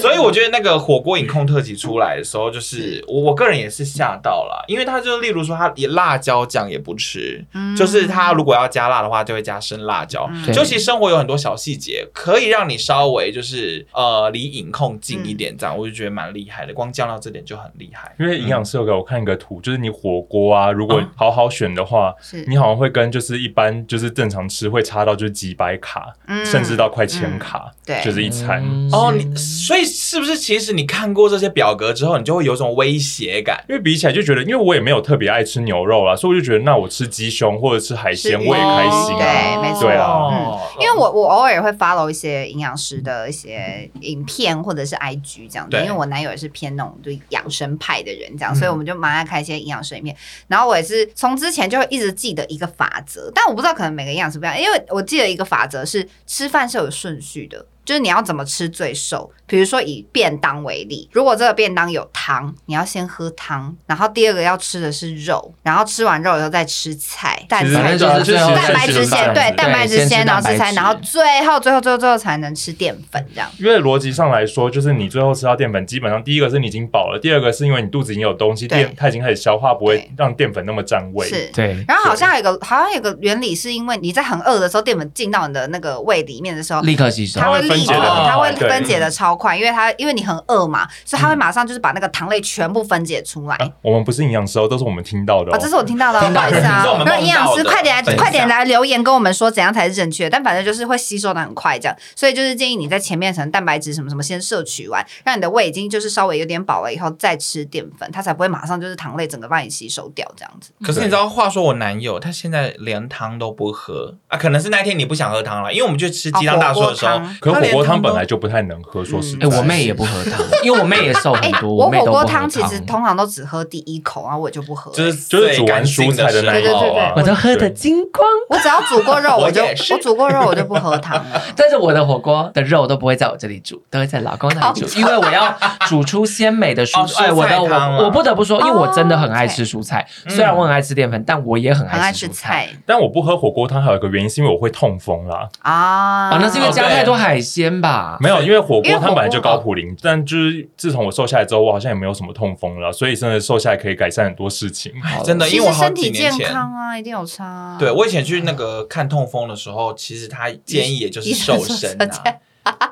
[SPEAKER 3] 所以我觉得那个火锅影控特辑出来的时候，就是我我个人也是吓到了，因为他就例如说他也辣椒酱也不吃，
[SPEAKER 1] 嗯
[SPEAKER 3] 就是他如果要加辣的话，就会加生辣椒。
[SPEAKER 1] 嗯
[SPEAKER 2] 对
[SPEAKER 3] 就其实生活有很多小细节，可以让你稍微就是呃离影控近一点，这样、我就觉得蛮厉害的。光降到这点就很厉害。
[SPEAKER 4] 因为营养师有给我看一个图，就是你火锅啊，如果
[SPEAKER 3] 嗯
[SPEAKER 4] 好好选的话，
[SPEAKER 1] 是
[SPEAKER 4] 你好像会跟就是一般就是正常吃会差到就是几百卡，
[SPEAKER 1] 嗯
[SPEAKER 4] 甚至到快千卡，
[SPEAKER 1] 对
[SPEAKER 4] 就是一餐。
[SPEAKER 2] 嗯
[SPEAKER 3] 哦，你所以是不是其实你看过这些表格之后，你就会有种威胁感？
[SPEAKER 4] 因为比起来就觉得，因为我也没有特别爱吃牛肉啦，所以我就觉得那我吃鸡胸或者吃海鲜
[SPEAKER 1] 是
[SPEAKER 4] 我也开心啊。
[SPEAKER 1] 对没错嗯
[SPEAKER 4] 对啊
[SPEAKER 3] 哦
[SPEAKER 1] 因为我我偶尔也会 follow 一些营养师的一些影片或者是 IG 这样子，
[SPEAKER 3] 对
[SPEAKER 1] 因为我男友也是偏那种对养生派的人这样，
[SPEAKER 3] 嗯
[SPEAKER 1] 所以我们就蛮爱看一些营养师影片。然后我也是从之前就一直记得一个法则，但我不知道可能每个营养师不一样，因为我记得一个法则是吃饭是有顺序的。就是你要怎么吃最瘦，比如说以便当为例，如果这个便当有汤，你要先喝汤，然后第二个要吃的是肉，然后吃完肉以后再吃菜，蛋
[SPEAKER 4] 其实
[SPEAKER 1] 菜
[SPEAKER 2] 反正就是
[SPEAKER 4] 对啊
[SPEAKER 2] 最后
[SPEAKER 4] 其实
[SPEAKER 1] 蛋白质先对
[SPEAKER 2] 对
[SPEAKER 1] 蛋白质
[SPEAKER 2] 先
[SPEAKER 1] 先，
[SPEAKER 2] 吃
[SPEAKER 1] 然后
[SPEAKER 2] 蛋
[SPEAKER 1] 吃
[SPEAKER 2] 白
[SPEAKER 1] 菜，
[SPEAKER 2] 质
[SPEAKER 1] 然后最后最后最后最后才能吃淀粉这样。
[SPEAKER 4] 因为逻辑上来说，就是你最后吃到淀粉，基本上第一个是你已经饱了，第二个是因为你肚子已经有东西，
[SPEAKER 1] 对
[SPEAKER 4] 淀它已经开始消化，不会
[SPEAKER 1] 对
[SPEAKER 4] 让淀粉那么占位。
[SPEAKER 1] 是。
[SPEAKER 2] 对
[SPEAKER 1] 然后好像有一个好像有一个原理，是因为你在很饿的时候，淀粉进到你的那个胃里面的时候。
[SPEAKER 2] 立刻吸收
[SPEAKER 1] 它。会
[SPEAKER 4] 它会分
[SPEAKER 1] 立
[SPEAKER 4] 解
[SPEAKER 1] 刻，
[SPEAKER 3] 得很快
[SPEAKER 1] 它会
[SPEAKER 4] 对
[SPEAKER 1] 分解的超快，因为它因为你很饿嘛，所以它会马上就是把那个糖类全部分解出来。
[SPEAKER 4] 啊我们不是营养师哦，都是我们听到的哦。
[SPEAKER 1] 哦，这是我听到的哦，
[SPEAKER 2] 听
[SPEAKER 1] 不
[SPEAKER 2] 到
[SPEAKER 1] 好
[SPEAKER 2] 的
[SPEAKER 1] 意思啊
[SPEAKER 3] 这是我。们
[SPEAKER 1] 那
[SPEAKER 3] 梦
[SPEAKER 1] 营养
[SPEAKER 3] 到
[SPEAKER 1] 师
[SPEAKER 3] 的
[SPEAKER 1] 快点来，
[SPEAKER 3] 等一下
[SPEAKER 1] 快点来留言跟我们说怎样才是正确。但反正就是会吸收的很快，这样。所以就是建议你在前面层蛋白质什么什么先摄取完，让你的胃已经就是稍微有点饱了以后再吃淀粉，它才不会马上就是糖类整个把你吸收掉这样子。
[SPEAKER 3] 可是你知道，话说我男友他现在连汤都不喝啊，可能是那天你不想喝汤了，因为我们去吃鸡汤大叔的时
[SPEAKER 1] 哦火锅汤，
[SPEAKER 3] 候
[SPEAKER 4] 可
[SPEAKER 3] 他
[SPEAKER 4] 是火
[SPEAKER 3] 连
[SPEAKER 4] 锅汤
[SPEAKER 3] 都
[SPEAKER 4] 本来就不太能喝，说实
[SPEAKER 1] 嗯
[SPEAKER 4] 在
[SPEAKER 2] 哎，，我妹也不喝汤，因为我妹也瘦很多，
[SPEAKER 1] 哎我
[SPEAKER 2] 妹
[SPEAKER 1] 火
[SPEAKER 2] 都不
[SPEAKER 1] 锅
[SPEAKER 2] 喝
[SPEAKER 1] 汤其实通常都只喝第一口啊，我就不喝、
[SPEAKER 3] 就是
[SPEAKER 1] 欸
[SPEAKER 4] 就是煮完蔬菜的那
[SPEAKER 1] 对
[SPEAKER 4] 一
[SPEAKER 1] 对对
[SPEAKER 4] 口
[SPEAKER 1] 对
[SPEAKER 4] 啊，
[SPEAKER 2] 我都喝的
[SPEAKER 4] 对
[SPEAKER 2] 精光。
[SPEAKER 1] 我只要煮过肉，我就
[SPEAKER 3] 我也是
[SPEAKER 1] 我煮过肉我就不喝汤了。
[SPEAKER 2] 但是我的火锅的肉都不会在我这里煮，都会在老公那里煮，因为我要煮出鲜美的蔬
[SPEAKER 3] 哦蔬菜
[SPEAKER 2] 菜。我的
[SPEAKER 3] 汤啊
[SPEAKER 2] 我我不得不说，因为我真的很爱
[SPEAKER 1] 哦
[SPEAKER 2] 吃蔬菜，虽然我很爱吃淀粉，但我也很
[SPEAKER 1] 很爱
[SPEAKER 2] 爱
[SPEAKER 1] 吃
[SPEAKER 2] 吃蔬菜。
[SPEAKER 1] 菜
[SPEAKER 4] 但我不喝火锅汤还有一个原因，是因为我会痛风
[SPEAKER 2] 哦
[SPEAKER 4] 啦。
[SPEAKER 1] 啊，
[SPEAKER 2] 啊，那是因为加
[SPEAKER 3] 哦对
[SPEAKER 2] 太多海鲜吧？
[SPEAKER 4] 没有，因为火
[SPEAKER 1] 因为火
[SPEAKER 4] 锅
[SPEAKER 1] 锅哦
[SPEAKER 4] 汤本来就高普林，但就是自从我瘦下来之后，我好像也没有什么痛风了，所以真的瘦下来可以改善很多事情。
[SPEAKER 2] 好
[SPEAKER 3] 哎真的，
[SPEAKER 1] 其
[SPEAKER 3] 因为
[SPEAKER 1] 实
[SPEAKER 3] 我好
[SPEAKER 1] 身体
[SPEAKER 3] 几年
[SPEAKER 1] 健
[SPEAKER 3] 前。
[SPEAKER 1] 康啊，一定有差、啊。
[SPEAKER 3] 对，我以前去那个看痛风的时候，其实他建议也就是瘦身
[SPEAKER 1] 医生说
[SPEAKER 3] 啊，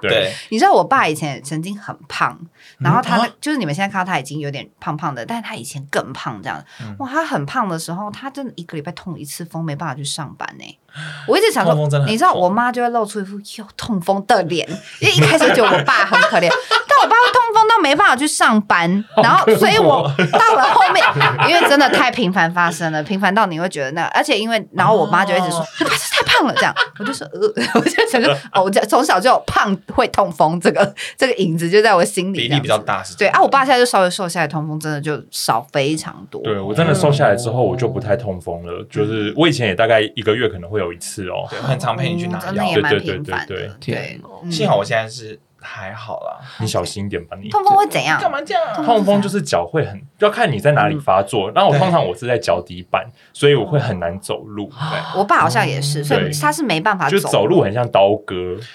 [SPEAKER 3] 对，
[SPEAKER 1] 你知道我爸以前也曾经很胖，然后他那、
[SPEAKER 3] 啊
[SPEAKER 1] 就是你们现在看到他已经有点胖胖的，但是他以前更胖这样。
[SPEAKER 3] 嗯
[SPEAKER 1] 哇，他很胖的时候，他真的一个礼拜痛一次风，没办法去上班呢、我一直想说
[SPEAKER 3] 痛风真的，很
[SPEAKER 1] 你知道
[SPEAKER 3] 痛
[SPEAKER 1] 我妈就会露出一副又痛风的脸，因为一开始觉得我爸很可怜， 但我爸会痛风到没办法去上 班，然后所以
[SPEAKER 3] 哦
[SPEAKER 1] 我到了后面，因为真的太频繁发生了，频繁到你会觉得那，而且因为然后我妈就一直说哎
[SPEAKER 3] 哦
[SPEAKER 1] 你爸是太胖了这样，我就说呃，我就想 说哦，我这从小就有胖会痛风这个这个影子就在我心里这
[SPEAKER 3] 比例
[SPEAKER 1] 样
[SPEAKER 3] 比较
[SPEAKER 1] 子。
[SPEAKER 3] 大是这
[SPEAKER 1] 对
[SPEAKER 3] 样。
[SPEAKER 1] 啊，我爸现在就稍微瘦下来，痛风真的就少非常多。
[SPEAKER 4] 对我真的瘦下来之后，我就不太痛风了。
[SPEAKER 1] 嗯
[SPEAKER 4] 就是我以前也大概一个月可能会有一次哦。
[SPEAKER 3] 对，很常陪你去拿
[SPEAKER 1] 嗯真的
[SPEAKER 3] 药
[SPEAKER 1] 也。蛮
[SPEAKER 4] 对对
[SPEAKER 1] 频繁
[SPEAKER 4] 对对
[SPEAKER 1] 的。
[SPEAKER 2] 天
[SPEAKER 1] 对
[SPEAKER 2] 哪，
[SPEAKER 1] 嗯
[SPEAKER 3] 幸好我现在是还好啦。
[SPEAKER 4] 你小心一点吧，你
[SPEAKER 1] 痛嗯风会怎样？
[SPEAKER 3] 嘛这样
[SPEAKER 4] 痛风就是脚会很，要看你在哪
[SPEAKER 1] 嗯
[SPEAKER 4] 里发作。那我通常我是在脚底板，所以我会很难走路，
[SPEAKER 1] 我爸好像也是，所以
[SPEAKER 4] 对
[SPEAKER 1] 他是没办法
[SPEAKER 4] 就走路很像刀割。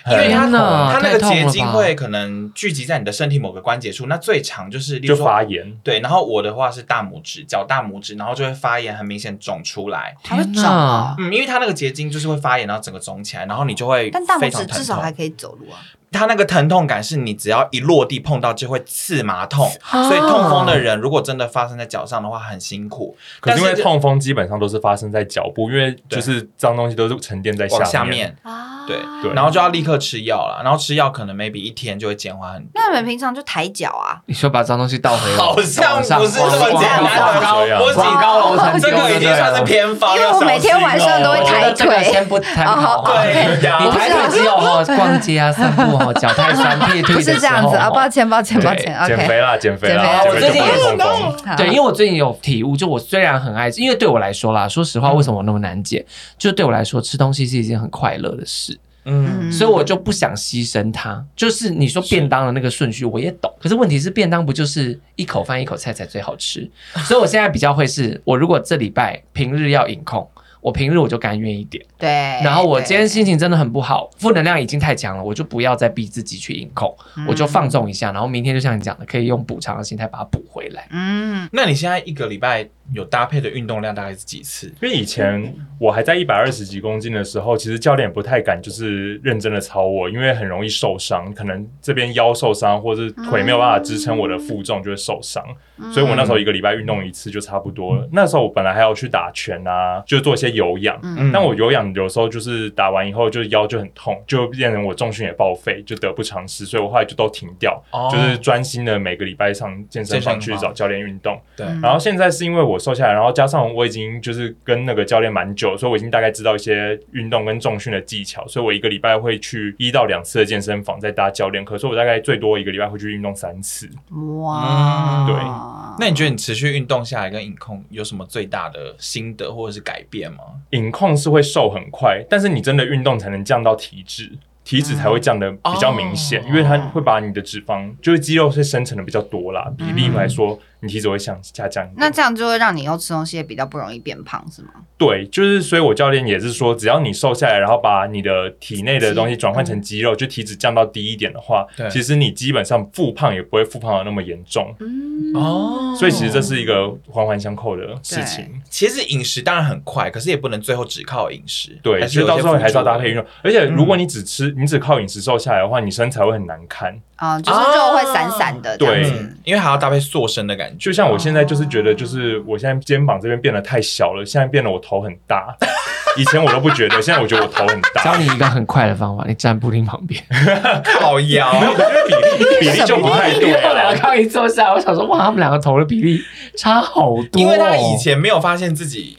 [SPEAKER 3] 因为
[SPEAKER 4] 很
[SPEAKER 3] 它
[SPEAKER 2] 天哪
[SPEAKER 3] 它那
[SPEAKER 2] 太
[SPEAKER 3] 个
[SPEAKER 2] 痛
[SPEAKER 3] 结
[SPEAKER 2] 了
[SPEAKER 3] 晶
[SPEAKER 2] 吧
[SPEAKER 3] 会可能聚集在你的身体某个关节处，那最长就是例如
[SPEAKER 4] 就
[SPEAKER 3] 说
[SPEAKER 4] 发炎，
[SPEAKER 3] 对，然后我的话是大拇指，脚大拇指，然后就会发炎，很明显肿出来。
[SPEAKER 1] 他会
[SPEAKER 2] 天
[SPEAKER 1] 肿
[SPEAKER 2] 哪
[SPEAKER 1] 啊。
[SPEAKER 3] 嗯，因为它那个结晶就是会发炎，然后整个肿起来，然后你就会
[SPEAKER 1] 但大
[SPEAKER 3] 非
[SPEAKER 1] 拇
[SPEAKER 3] 常
[SPEAKER 1] 指
[SPEAKER 3] 疼痛。
[SPEAKER 1] 至少还可以走路啊。
[SPEAKER 3] 它那个疼痛感是你只要一落地碰到就会刺麻痛，
[SPEAKER 1] 啊
[SPEAKER 3] 所以痛风的人如果真的发生在脚上的话，很辛苦。
[SPEAKER 4] 可是因为
[SPEAKER 3] 但是
[SPEAKER 4] 痛风基本上都是发生在脚部，因为就是脏东西都是沉淀在
[SPEAKER 3] 往
[SPEAKER 4] 下
[SPEAKER 3] 下
[SPEAKER 4] 面。
[SPEAKER 3] 面，
[SPEAKER 1] 啊
[SPEAKER 3] 对
[SPEAKER 4] 对
[SPEAKER 3] 然后就要立刻吃药了，然后吃药可能 maybe 一天就会减缓很多。
[SPEAKER 1] 那你们平常就抬脚啊？
[SPEAKER 2] 你说把脏东西倒
[SPEAKER 4] 啊
[SPEAKER 2] 回，
[SPEAKER 3] 好像不是这么简单
[SPEAKER 2] 往上
[SPEAKER 4] 的
[SPEAKER 2] 往
[SPEAKER 4] 不
[SPEAKER 3] 是
[SPEAKER 2] 上往高楼层
[SPEAKER 3] 这
[SPEAKER 2] 丢
[SPEAKER 3] 个
[SPEAKER 2] 就对
[SPEAKER 3] 已经
[SPEAKER 2] 了
[SPEAKER 3] 算是偏方，
[SPEAKER 1] 因为我
[SPEAKER 3] 要小
[SPEAKER 1] 每天
[SPEAKER 3] 心
[SPEAKER 1] 晚上
[SPEAKER 3] 哦
[SPEAKER 1] 都会抬
[SPEAKER 2] 我觉得这个
[SPEAKER 1] 腿
[SPEAKER 2] 先不谈
[SPEAKER 1] 哦好
[SPEAKER 2] 好吧。
[SPEAKER 3] 对呀，
[SPEAKER 2] 你抬腿只有哦，逛街啊、散步哦，脚太酸、屁腿
[SPEAKER 1] 不是这样子
[SPEAKER 2] 哦
[SPEAKER 1] 啊，抱歉，抱歉，
[SPEAKER 2] 对
[SPEAKER 1] 抱歉。
[SPEAKER 4] 减
[SPEAKER 1] OK，
[SPEAKER 4] 肥啦，减肥啦，
[SPEAKER 1] 减
[SPEAKER 4] 减
[SPEAKER 1] 肥
[SPEAKER 4] 肥
[SPEAKER 2] 我最近
[SPEAKER 4] 就不会痛风。
[SPEAKER 1] 好
[SPEAKER 2] 对，因为我最近有体悟，就我虽然很爱吃，因为对我来说啦，说实
[SPEAKER 1] 嗯
[SPEAKER 2] 话，为什么我那么难减？就对我来说，吃东西是一件很快乐的事，
[SPEAKER 3] 嗯，
[SPEAKER 1] 嗯
[SPEAKER 2] 所以我就不想牺牲它。就是你说便当的那个顺序，我也懂。可是问题是，便当不就是一口饭一口菜才最好吃？所以我现在比较会是，我如果这礼拜平日要饮控，我平日我就甘愿一点。
[SPEAKER 1] 对。
[SPEAKER 2] 然后我今天
[SPEAKER 1] 哎对
[SPEAKER 2] 心情真的很不好，负能量已经太强了，我就不要再逼自己去硬控，
[SPEAKER 1] 嗯
[SPEAKER 2] 我就放纵一下，然后明天就像你讲的，可以用补偿的心态把它补回来。
[SPEAKER 1] 嗯，
[SPEAKER 3] 那你现在一个礼拜有搭配的运动量大概是几次？
[SPEAKER 4] 因为以前我还在一百二十几公斤的时候，其实教练也不太敢就是认真的操我，因为很容易受伤，可能这边腰受伤，或是腿没有办法支撑我的负重就会受伤。
[SPEAKER 1] 嗯
[SPEAKER 4] 所以我那时候一个礼拜运动一次就差不多了。那时候我本来还要去打拳啊，就做一些有氧。
[SPEAKER 3] 嗯
[SPEAKER 4] 但我有氧有时候就是打完以后就腰就很痛，就变成我重训也报废，就得不偿失，所以我后来就都停掉，
[SPEAKER 3] 哦
[SPEAKER 4] 就是专心的每个礼拜上健身房
[SPEAKER 3] 健身房
[SPEAKER 4] 去找教练运动。
[SPEAKER 3] 对
[SPEAKER 1] 嗯
[SPEAKER 4] 然后现在是因为我瘦下来，然后加上我已经就是跟那个教练蛮久，所以我已经大概知道一些运动跟重训的技巧，所以我一个礼拜会去一到两次的健身房再搭教练课，所以我大概最多一个礼拜会去运动三次。
[SPEAKER 2] 嗯
[SPEAKER 1] 哇，
[SPEAKER 4] 对
[SPEAKER 3] 那你觉得你持续运动下来跟影控有什么最大的心得或者是改变吗？
[SPEAKER 4] 饮控是会瘦很快，但是你真的运动才能降到体脂，体脂才会降得比较明显，
[SPEAKER 3] 哦
[SPEAKER 4] 因为它会把你的脂肪，就是肌肉是生成的比较多啦，比例来说，你体脂会向下降一点。
[SPEAKER 1] 那这样就会让你又吃东西也比较不容易变胖，是吗？
[SPEAKER 4] 对，就是所以我教练也是说，只要你瘦下来，然后把你的体内的东西转换成肌肉，就体脂降到低一点的话
[SPEAKER 3] 对，
[SPEAKER 4] 其实你基本上复胖也不会复胖的那么严重。
[SPEAKER 1] 嗯，
[SPEAKER 3] 哦
[SPEAKER 4] 所以其实这是一个环环相扣的事情。
[SPEAKER 3] 其实饮食当然很快，可是也不能最后只靠饮食，
[SPEAKER 4] 对，
[SPEAKER 3] 还
[SPEAKER 4] 其
[SPEAKER 3] 是有
[SPEAKER 4] 实
[SPEAKER 3] 一些
[SPEAKER 4] 到时候还是要搭配运
[SPEAKER 3] 辅助
[SPEAKER 4] 动，而且如果你只吃，你只靠饮食瘦下来的话，你身材会很难看。
[SPEAKER 1] 啊，就是肉会散散的，这
[SPEAKER 4] 对
[SPEAKER 1] 样
[SPEAKER 3] 的，
[SPEAKER 1] 子
[SPEAKER 3] 嗯，因为还要搭配塑身的感觉
[SPEAKER 4] 就。像我现在就是觉得，就是我现在肩膀这边变得太小了，现在变得我头很大。 以前我都不觉得，现在我觉得我头很
[SPEAKER 2] 教
[SPEAKER 4] 大，
[SPEAKER 2] 你一个很快的方法，你站布丁旁边。
[SPEAKER 3] 靠腰，
[SPEAKER 4] 比例比例就不 太对啊
[SPEAKER 2] 我两
[SPEAKER 4] 了
[SPEAKER 2] 个。刚一坐下来，我想说，哇，他们两个头的比例差好多、哦。
[SPEAKER 3] 因为他以前没有发现自己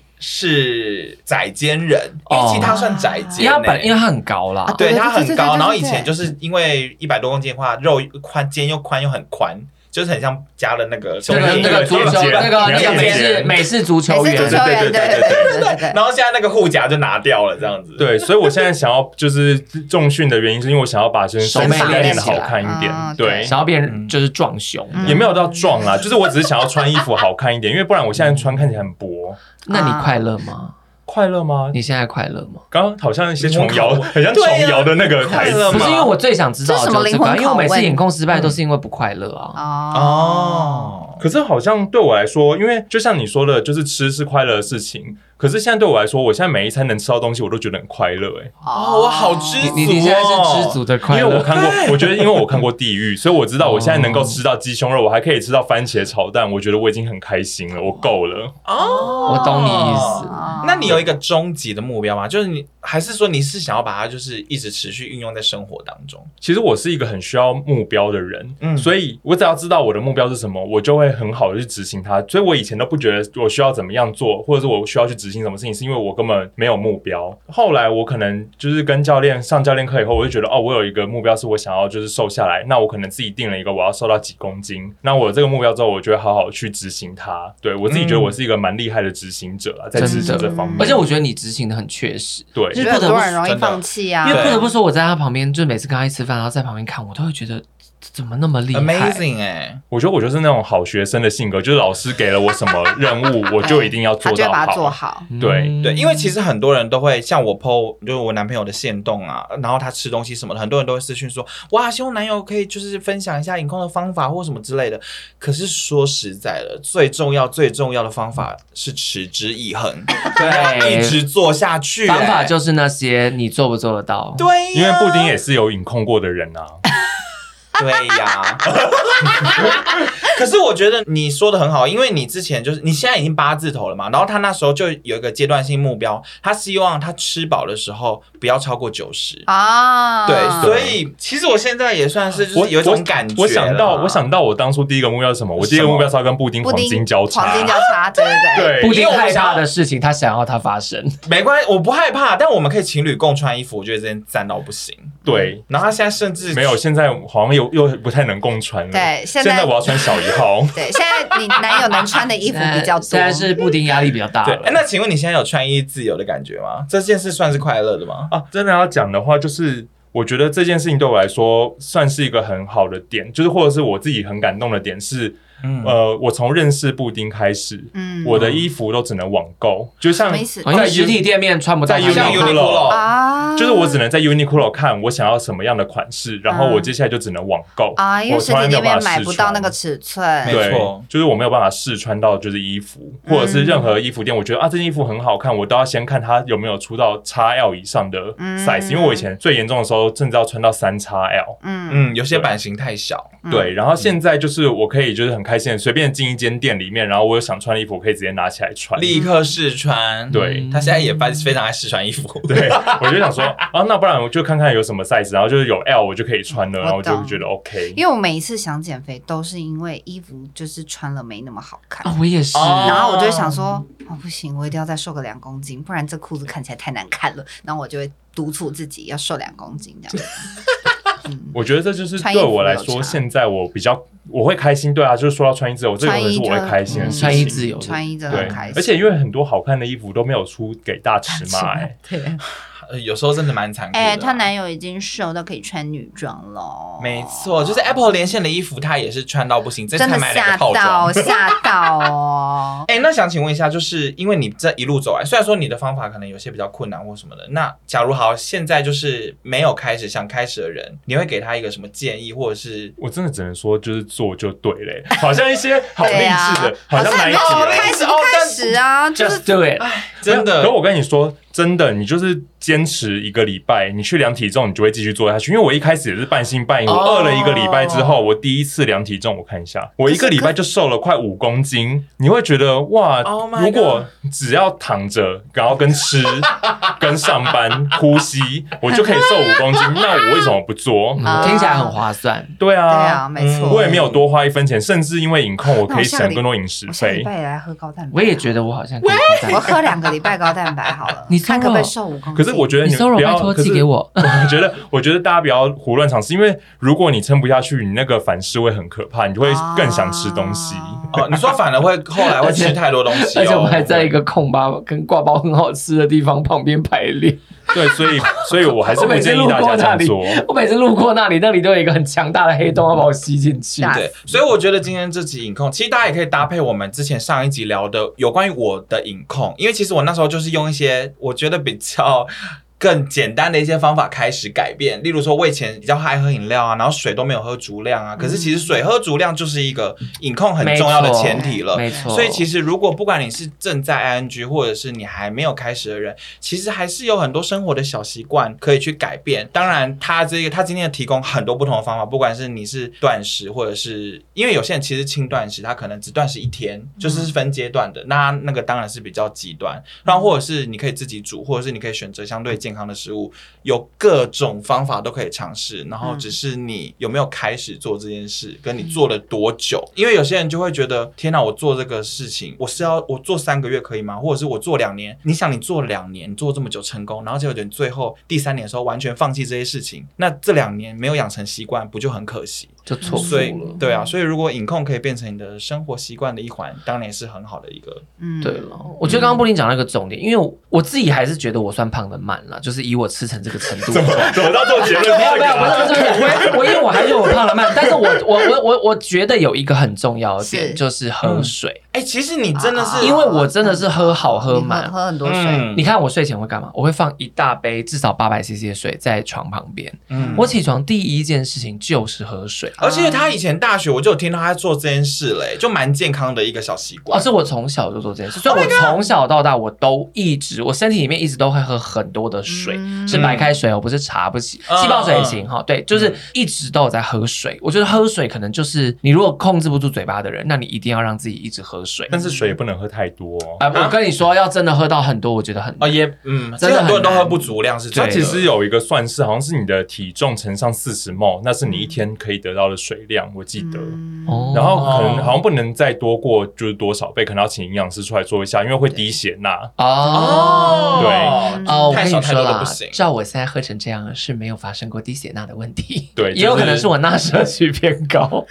[SPEAKER 3] 是窄肩人，因为其实他算窄
[SPEAKER 2] 因为
[SPEAKER 3] 肩
[SPEAKER 2] 他
[SPEAKER 3] 欸
[SPEAKER 2] 本因为他很高啦
[SPEAKER 1] 啊，
[SPEAKER 3] 对他
[SPEAKER 1] 哦对对对对对
[SPEAKER 3] 很高，
[SPEAKER 1] 对
[SPEAKER 3] 然后
[SPEAKER 1] 对
[SPEAKER 3] 以前
[SPEAKER 1] 对
[SPEAKER 3] 就是因为一百多公斤的话，肉宽肩又宽又很宽，就是很像加了那个
[SPEAKER 2] 那个
[SPEAKER 4] 对
[SPEAKER 2] 那个足球
[SPEAKER 4] 对
[SPEAKER 2] 那个那个
[SPEAKER 3] 对
[SPEAKER 2] 美式
[SPEAKER 4] 对
[SPEAKER 2] 美式足球
[SPEAKER 1] 美
[SPEAKER 2] 员
[SPEAKER 1] 式足球员，对
[SPEAKER 4] 对对
[SPEAKER 1] 对
[SPEAKER 4] 对
[SPEAKER 1] 对对对
[SPEAKER 3] 然后现在那个护甲就拿掉了，这样子。，
[SPEAKER 4] 对，所以我现在想要就是重训的原因，是因为我想要把身
[SPEAKER 2] 手
[SPEAKER 4] 身
[SPEAKER 2] 背
[SPEAKER 4] 材
[SPEAKER 2] 练
[SPEAKER 4] 练得
[SPEAKER 2] 起来啊
[SPEAKER 4] 好看一点
[SPEAKER 1] 嗯。对
[SPEAKER 4] 对，嗯
[SPEAKER 2] 想要变成就是壮熊。
[SPEAKER 4] 也没有到壮
[SPEAKER 2] 嗯
[SPEAKER 4] 啦，就是我只是想要穿衣服好看一点，因为不然我现在穿看起来很薄。
[SPEAKER 2] 那你快乐吗？
[SPEAKER 4] 快乐吗？
[SPEAKER 2] 你现在快乐吗？
[SPEAKER 4] 刚刚好像一些
[SPEAKER 3] 灵魂
[SPEAKER 4] 琼瑶，
[SPEAKER 3] 拷问
[SPEAKER 4] 很像琼瑶的那个
[SPEAKER 3] 对啊快
[SPEAKER 4] 台
[SPEAKER 3] 乐
[SPEAKER 2] 不
[SPEAKER 4] 词
[SPEAKER 3] 吗。
[SPEAKER 2] 是因为我最想知道的就是
[SPEAKER 1] 这是
[SPEAKER 2] 这
[SPEAKER 1] 什么灵
[SPEAKER 2] 个，
[SPEAKER 1] 魂拷
[SPEAKER 2] 因
[SPEAKER 1] 问
[SPEAKER 2] 为我每次演控失败都是因为不快乐啊。
[SPEAKER 1] 哦，
[SPEAKER 3] 哦，
[SPEAKER 4] 可是好像对我来说，因为就像你说的，就是吃是快乐的事情。可是现在对我来说，我现在每一餐能吃到东西，我都觉得很快乐哎、
[SPEAKER 3] 哦我好知
[SPEAKER 2] 你你你现在是知足的快
[SPEAKER 4] 因为我
[SPEAKER 2] 乐，
[SPEAKER 4] 看 过，我觉得因为我看过《地狱》，所以我知道我现在能
[SPEAKER 2] 哦
[SPEAKER 4] 够吃到鸡胸肉，我还可以吃到番茄炒蛋，我觉得我已经很开心了，我够了。
[SPEAKER 3] 哦，
[SPEAKER 2] 我懂你意思。
[SPEAKER 1] 哦
[SPEAKER 3] 那你有一个终极的目标吗？就是你还是说你是想要把它就是一直持续运用在生活当中？
[SPEAKER 4] 其实我是一个很需要目标的人，
[SPEAKER 3] 嗯
[SPEAKER 4] 所以我只要知道我的目标是什么，我就会很好的去执行它。所以我以前都不觉得我需要怎么样做，或者是我需要去执行什么事情，是因为我根本没有目标。后来我可能就是跟教练上教练课以后，我就觉得哦，我有一个目标是我想要就是瘦下来，那我可能自己定了一个我要瘦到几公斤，那我有这个目标之后，我就会好好去执行它。对我自己觉得我是一个蛮厉害的执行者啊，在
[SPEAKER 2] 真
[SPEAKER 4] 执行
[SPEAKER 2] 的
[SPEAKER 4] 这方面，
[SPEAKER 2] 嗯而且我觉得你执行的很确实，
[SPEAKER 4] 对
[SPEAKER 1] 我觉得很多人容易放弃啊
[SPEAKER 2] 因，为
[SPEAKER 3] 对
[SPEAKER 2] 不得不说，我在他旁边，就每次跟他一起吃饭，然后在旁边看，我都会觉得怎么那么厉害
[SPEAKER 3] Amazing 哎、
[SPEAKER 4] 我觉得我就是那种好学生的性格，就是老师给了我什么任务，我就一定要
[SPEAKER 1] 哎他
[SPEAKER 4] 做
[SPEAKER 1] 就
[SPEAKER 4] 到
[SPEAKER 1] 会把它做
[SPEAKER 4] 好。
[SPEAKER 1] 好。
[SPEAKER 2] 嗯
[SPEAKER 4] 对
[SPEAKER 3] 对，因为其
[SPEAKER 2] 实
[SPEAKER 3] 实很多人都会像我 PO，就是我男朋友的线动啊，然后他吃东西什么的，很多人都会私讯说，哇，希望男友可以就是分享一下饮控的方法或什么之类的。可是说实在的，最重要最重要的方法是持之以恒，
[SPEAKER 2] 对
[SPEAKER 3] 一直做下去、
[SPEAKER 2] 方法
[SPEAKER 3] 哎
[SPEAKER 2] 就是那些你做不做得到。
[SPEAKER 3] 对
[SPEAKER 4] 因
[SPEAKER 3] 呀、
[SPEAKER 4] 为布丁也是有隐控过的人啊，
[SPEAKER 3] 对呀、 可是我觉得你说的很好，因为你之前就是你现在已经八字头了嘛，然后他那时候就有一个阶段性目标，他希望他吃饱的时候不要超过九十。
[SPEAKER 1] 啊，
[SPEAKER 3] 对，所以其实我现在也算是就
[SPEAKER 4] 嗯我
[SPEAKER 3] 是有一种感觉
[SPEAKER 4] 我。我想到，
[SPEAKER 3] 啦
[SPEAKER 4] 我想到我当初第一个目标是什么？我第一个目标是要跟布丁
[SPEAKER 1] 布
[SPEAKER 4] 黄
[SPEAKER 1] 丁
[SPEAKER 4] 金交叉。
[SPEAKER 1] 黄金交 叉，对对对，
[SPEAKER 4] 对
[SPEAKER 2] 布丁害怕的事情，他想要它发生。
[SPEAKER 3] 没关系，我不害怕，但我们可以情侣共穿衣服，我觉得真的赞到不行。
[SPEAKER 4] 对，
[SPEAKER 3] 然后他现在甚至
[SPEAKER 4] 没有，现在好像又又不太能共穿了。
[SPEAKER 1] 对现
[SPEAKER 4] 现
[SPEAKER 1] 在
[SPEAKER 4] 我要穿小一号。
[SPEAKER 1] 对，现在你男友能穿的衣服比较多
[SPEAKER 2] 现，在是布丁压力比较大
[SPEAKER 3] 对
[SPEAKER 2] 了。。
[SPEAKER 3] 哎，那请问你现在有穿衣自由的感觉吗？这件事算是快乐的吗？
[SPEAKER 4] 啊，真的要讲的话，就是我觉得这件事情对我来说算是一个很好的点，就是或者是我自己很感动的点是。
[SPEAKER 3] 嗯
[SPEAKER 4] 呃，我从认识布丁开始，
[SPEAKER 1] 嗯
[SPEAKER 4] 我的衣服都只能网购，就像
[SPEAKER 1] 什么意思
[SPEAKER 2] 好像哦实体店面穿不到
[SPEAKER 4] 在
[SPEAKER 2] 它的
[SPEAKER 3] 像
[SPEAKER 4] Uniqlo
[SPEAKER 3] Uniqlo，
[SPEAKER 1] 啊，
[SPEAKER 4] 哦就是我只能在 Uniqlo 看我想要什么样的款式，然后我接下来就只能网购
[SPEAKER 1] 嗯啊，因为
[SPEAKER 4] 我
[SPEAKER 1] 实
[SPEAKER 4] 从来
[SPEAKER 1] 体
[SPEAKER 4] 没有
[SPEAKER 1] 店
[SPEAKER 4] 办
[SPEAKER 1] 面
[SPEAKER 4] 法
[SPEAKER 1] 买
[SPEAKER 4] 试
[SPEAKER 1] 不到那个
[SPEAKER 4] 穿
[SPEAKER 1] 尺寸，
[SPEAKER 3] 没
[SPEAKER 4] 对
[SPEAKER 3] 错，
[SPEAKER 4] 就是我没有办法试穿到就是衣服，
[SPEAKER 1] 嗯
[SPEAKER 4] 或者是任何衣服店，我觉得啊这件衣服很好看，我都要先看它有没有出到 XL 以上的
[SPEAKER 1] 嗯
[SPEAKER 4] size，、因为我以前最严重的时候甚至要穿到三 XL。
[SPEAKER 1] 嗯
[SPEAKER 3] 嗯，有些版型太小，
[SPEAKER 1] 嗯
[SPEAKER 4] 对，然后现在就是我可以就是很开心地随便进一间店里面，然后我有想穿的衣服，我可以直接拿起来穿。
[SPEAKER 3] 立刻试穿。
[SPEAKER 4] 对
[SPEAKER 3] 他现在也非非常爱试穿衣服。
[SPEAKER 4] 对，我就想说啊，那不然我就看看有什么 size，然后就是有 L 我就可以穿了，
[SPEAKER 1] 我
[SPEAKER 4] 然后我就
[SPEAKER 1] 懂
[SPEAKER 4] 觉得 OK。
[SPEAKER 1] 因为我每一次想减肥，都是因为衣服就是穿了没那么好看，
[SPEAKER 2] 啊，我也是。
[SPEAKER 3] 哦
[SPEAKER 1] 然后我就会想说，哦不行，我一定要再瘦个两公斤，不然这裤子看起来太难看了。然后我就会督促自己要瘦两公斤这样子。嗯，
[SPEAKER 4] 我觉得这就是
[SPEAKER 1] 穿衣
[SPEAKER 4] 对
[SPEAKER 1] 服
[SPEAKER 4] 我来
[SPEAKER 1] 有
[SPEAKER 4] 说，
[SPEAKER 1] 差
[SPEAKER 4] 现在我比较我会开心，对啊，就是说到穿衣自由，这个
[SPEAKER 1] 穿
[SPEAKER 4] 也
[SPEAKER 1] 衣
[SPEAKER 4] 是我
[SPEAKER 1] 就
[SPEAKER 4] 会开心的
[SPEAKER 1] 嗯
[SPEAKER 4] 事情。
[SPEAKER 2] 穿衣自由，
[SPEAKER 1] 穿衣真的
[SPEAKER 4] 对
[SPEAKER 1] 很开心，，
[SPEAKER 4] 而且因为很多好看的衣服都没有出给大尺 码、哎，
[SPEAKER 1] 对，
[SPEAKER 3] 呃有时候真的蛮残酷的。
[SPEAKER 1] 哎，她男友已经瘦到可以穿女装了，
[SPEAKER 3] 没错，就是 Apple 连线的衣服，他也是穿到不行，这次
[SPEAKER 1] 真
[SPEAKER 3] 才
[SPEAKER 1] 的
[SPEAKER 3] 买两个
[SPEAKER 1] 吓
[SPEAKER 3] 套
[SPEAKER 1] 到。
[SPEAKER 3] 装。
[SPEAKER 1] 吓到哦
[SPEAKER 3] 哎、那想请问一下，就是因为你这一路走来，虽然说你的方法可能有些比较困难或什么的，那假如好现在就是没有开始想开始的人，你会给他一个什么建议，或者是
[SPEAKER 4] 我真的只能说就是做就对嘞、哎好像一些好励
[SPEAKER 1] 对啊
[SPEAKER 4] 志的，，
[SPEAKER 1] 好
[SPEAKER 4] 像
[SPEAKER 1] 没
[SPEAKER 4] 蛮
[SPEAKER 1] 有开
[SPEAKER 4] 解。
[SPEAKER 1] 始不开始啊，就是
[SPEAKER 2] 嗯 Just do it。
[SPEAKER 3] 真
[SPEAKER 4] 没有可
[SPEAKER 3] 的？
[SPEAKER 4] 我跟你说，真的，你就是坚持一个礼拜，你去量体重，你就会继续做下去。因为我一开始也是半信半疑，我
[SPEAKER 3] 哦
[SPEAKER 4] 饿了一个礼拜之后，我第一次量体重，我看一下，我一个礼拜就瘦了快五公斤。你会觉得哇
[SPEAKER 3] Oh my，God
[SPEAKER 4] 如果只要躺着，然后跟 吃、跟上班、呼吸，我就可以瘦五公斤，那我为什么不做？
[SPEAKER 1] 啊
[SPEAKER 2] 嗯听起来很划算。
[SPEAKER 4] 对
[SPEAKER 1] 对
[SPEAKER 4] 啊
[SPEAKER 1] 啊，。没错。
[SPEAKER 3] 嗯
[SPEAKER 4] 我也没有多花一分钱，甚至因为饮控，我可以
[SPEAKER 1] 那我下个
[SPEAKER 4] 省
[SPEAKER 1] 礼
[SPEAKER 4] 更多饮食
[SPEAKER 1] 我下礼
[SPEAKER 4] 费。
[SPEAKER 1] 拜也来喝高蛋白，
[SPEAKER 2] 我也觉得我好像可以挑
[SPEAKER 1] 我
[SPEAKER 2] 战。
[SPEAKER 1] 喝两个礼拜高蛋白好了，
[SPEAKER 2] 你哦
[SPEAKER 1] 看可
[SPEAKER 2] 瘦
[SPEAKER 1] 不可以
[SPEAKER 2] 肉
[SPEAKER 1] 瘦五公斤？
[SPEAKER 4] 可是我觉得
[SPEAKER 2] 你
[SPEAKER 4] 你
[SPEAKER 2] 收容
[SPEAKER 4] 不要
[SPEAKER 2] 拜托
[SPEAKER 4] 可是
[SPEAKER 2] 寄给我
[SPEAKER 4] 我 觉得，我觉得大家不要胡乱尝试，因为如果你撑不下去，你那个反噬会很可怕，你就会更想吃东西。
[SPEAKER 1] 啊
[SPEAKER 3] 哦，你说反而会后来会吃太多东西、哦，
[SPEAKER 2] 而且我们还在一个空吧跟挂包很好吃的地方旁边排练。
[SPEAKER 4] 对，所以，所以我还是
[SPEAKER 2] 我
[SPEAKER 4] 不
[SPEAKER 2] 每次
[SPEAKER 4] 建议
[SPEAKER 2] 路
[SPEAKER 4] 大
[SPEAKER 2] 过
[SPEAKER 4] 家这
[SPEAKER 2] 那
[SPEAKER 4] 样
[SPEAKER 2] 里
[SPEAKER 4] 做。，
[SPEAKER 2] 我每次路过那里，那里都有一个很强大的黑洞要把我吸进去。
[SPEAKER 1] 吓
[SPEAKER 3] 对，所以我觉得今天这集影控，其实大家也可以搭配我们之前上一集聊的有关于我的影控，因为其实我那时候就是用一些我觉得比较。更简单的一些方法开始改变，例如说，我以前比较爱喝饮料啊，然后水都没有喝足量啊。可是其实水喝足量就是一个饮控很重要的前提了。
[SPEAKER 2] 嗯没错。
[SPEAKER 3] 所以其
[SPEAKER 2] 实
[SPEAKER 3] 实如果不管你是正在 ing 或者是你还没有开始的人，其实还是有很多生活的小习惯可以去改变。当然，他这个他今天提供很多不同的方法，不管是你是断食，或者是因为有些人其实轻断食，他可能只断食一天，就是是分阶段的。那那个当然是比较极端。然后或者是你可以自己煮，或者是你可以选择相对健康的食物，有各种方法都可以尝试，然后
[SPEAKER 1] 嗯
[SPEAKER 3] 只是你有没有开始做这件事，跟你做了多久。因为有些人就会觉得，天哪，我做这个事情，我是要我做三个月可以吗？或者是我做两年？你想，你做两年，你做这么久成功，然后结果你最后第三年的时候完全放弃这些事情，那这两年没有养成习惯，不就很可惜？
[SPEAKER 2] 就错付
[SPEAKER 3] 所以
[SPEAKER 2] 了。，
[SPEAKER 3] 对啊，所以如果饮控可以变成你的生活习惯的一环，当然也是很好的一个。
[SPEAKER 1] 嗯
[SPEAKER 2] 对了，我觉得刚刚布林讲到一个重点，因为我自己还是觉得我算胖的慢了，就是以我吃成这个程度，
[SPEAKER 4] 怎么怎么到做结论是这 个
[SPEAKER 2] 没有没有，不
[SPEAKER 4] 啊？
[SPEAKER 2] 是不是不是，我我因为我还是我胖了慢，但是我我我我我觉得有一个很重要的点
[SPEAKER 1] 是
[SPEAKER 2] 就是喝水，
[SPEAKER 3] 哎、其实你真的是，嗯
[SPEAKER 1] 啊
[SPEAKER 2] 因为我真的是喝好喝
[SPEAKER 1] 你
[SPEAKER 2] 满。
[SPEAKER 1] 喝很多水，嗯
[SPEAKER 2] 你看我睡前会干嘛？我会放一大杯至少八百 CC 的水在床旁边。
[SPEAKER 3] 嗯
[SPEAKER 2] 我起床第一件事情就是喝水。
[SPEAKER 3] 而且他以前大学我就有听到他做这件事嘞、就蛮健康的一个小习
[SPEAKER 2] 哦，
[SPEAKER 3] 惯。
[SPEAKER 2] 是我从小就做这件
[SPEAKER 3] 哦
[SPEAKER 2] 事，所以
[SPEAKER 3] ，Oh
[SPEAKER 2] 我从小到大我都一直，我身体里面一直都会喝很多的水，
[SPEAKER 1] 嗯
[SPEAKER 2] 是白开水哦，不是茶，不行，
[SPEAKER 3] 嗯
[SPEAKER 2] 气泡水也行哈、对，就是一直都有在喝水。我觉得喝水可能就是你如果控制不住嘴巴的人，那你一定要让自己一直喝水。
[SPEAKER 4] 但是水也不能喝太多、哦。
[SPEAKER 2] 啊、我跟你说，要真的喝到很多，我觉得很
[SPEAKER 3] 哦，也嗯，其
[SPEAKER 2] 真
[SPEAKER 3] 实
[SPEAKER 2] 的
[SPEAKER 3] 很多
[SPEAKER 2] 很
[SPEAKER 3] 人都喝
[SPEAKER 2] 难
[SPEAKER 3] 不足量是真
[SPEAKER 4] 它
[SPEAKER 3] 的。
[SPEAKER 4] 其实有一个算式，好像是你的体重乘上四十 ml，那是你一天可以得到的水量，我记得。
[SPEAKER 1] 嗯
[SPEAKER 2] 哦
[SPEAKER 4] 然后可能好像不能再多过就是多少倍，可能要请营养师出来做一下，因为会低血钠。
[SPEAKER 2] 哦。
[SPEAKER 4] 嗯
[SPEAKER 3] 哦，
[SPEAKER 2] 哦，我跟
[SPEAKER 3] 太
[SPEAKER 2] 你
[SPEAKER 3] 少太
[SPEAKER 2] 说
[SPEAKER 3] 多都
[SPEAKER 2] 啦
[SPEAKER 3] 不行，。
[SPEAKER 2] 照我现在喝成这样，是没有发生过低血钠的问题。
[SPEAKER 4] 对
[SPEAKER 2] 也有
[SPEAKER 4] 就是
[SPEAKER 2] 可能是我钠摄取偏高。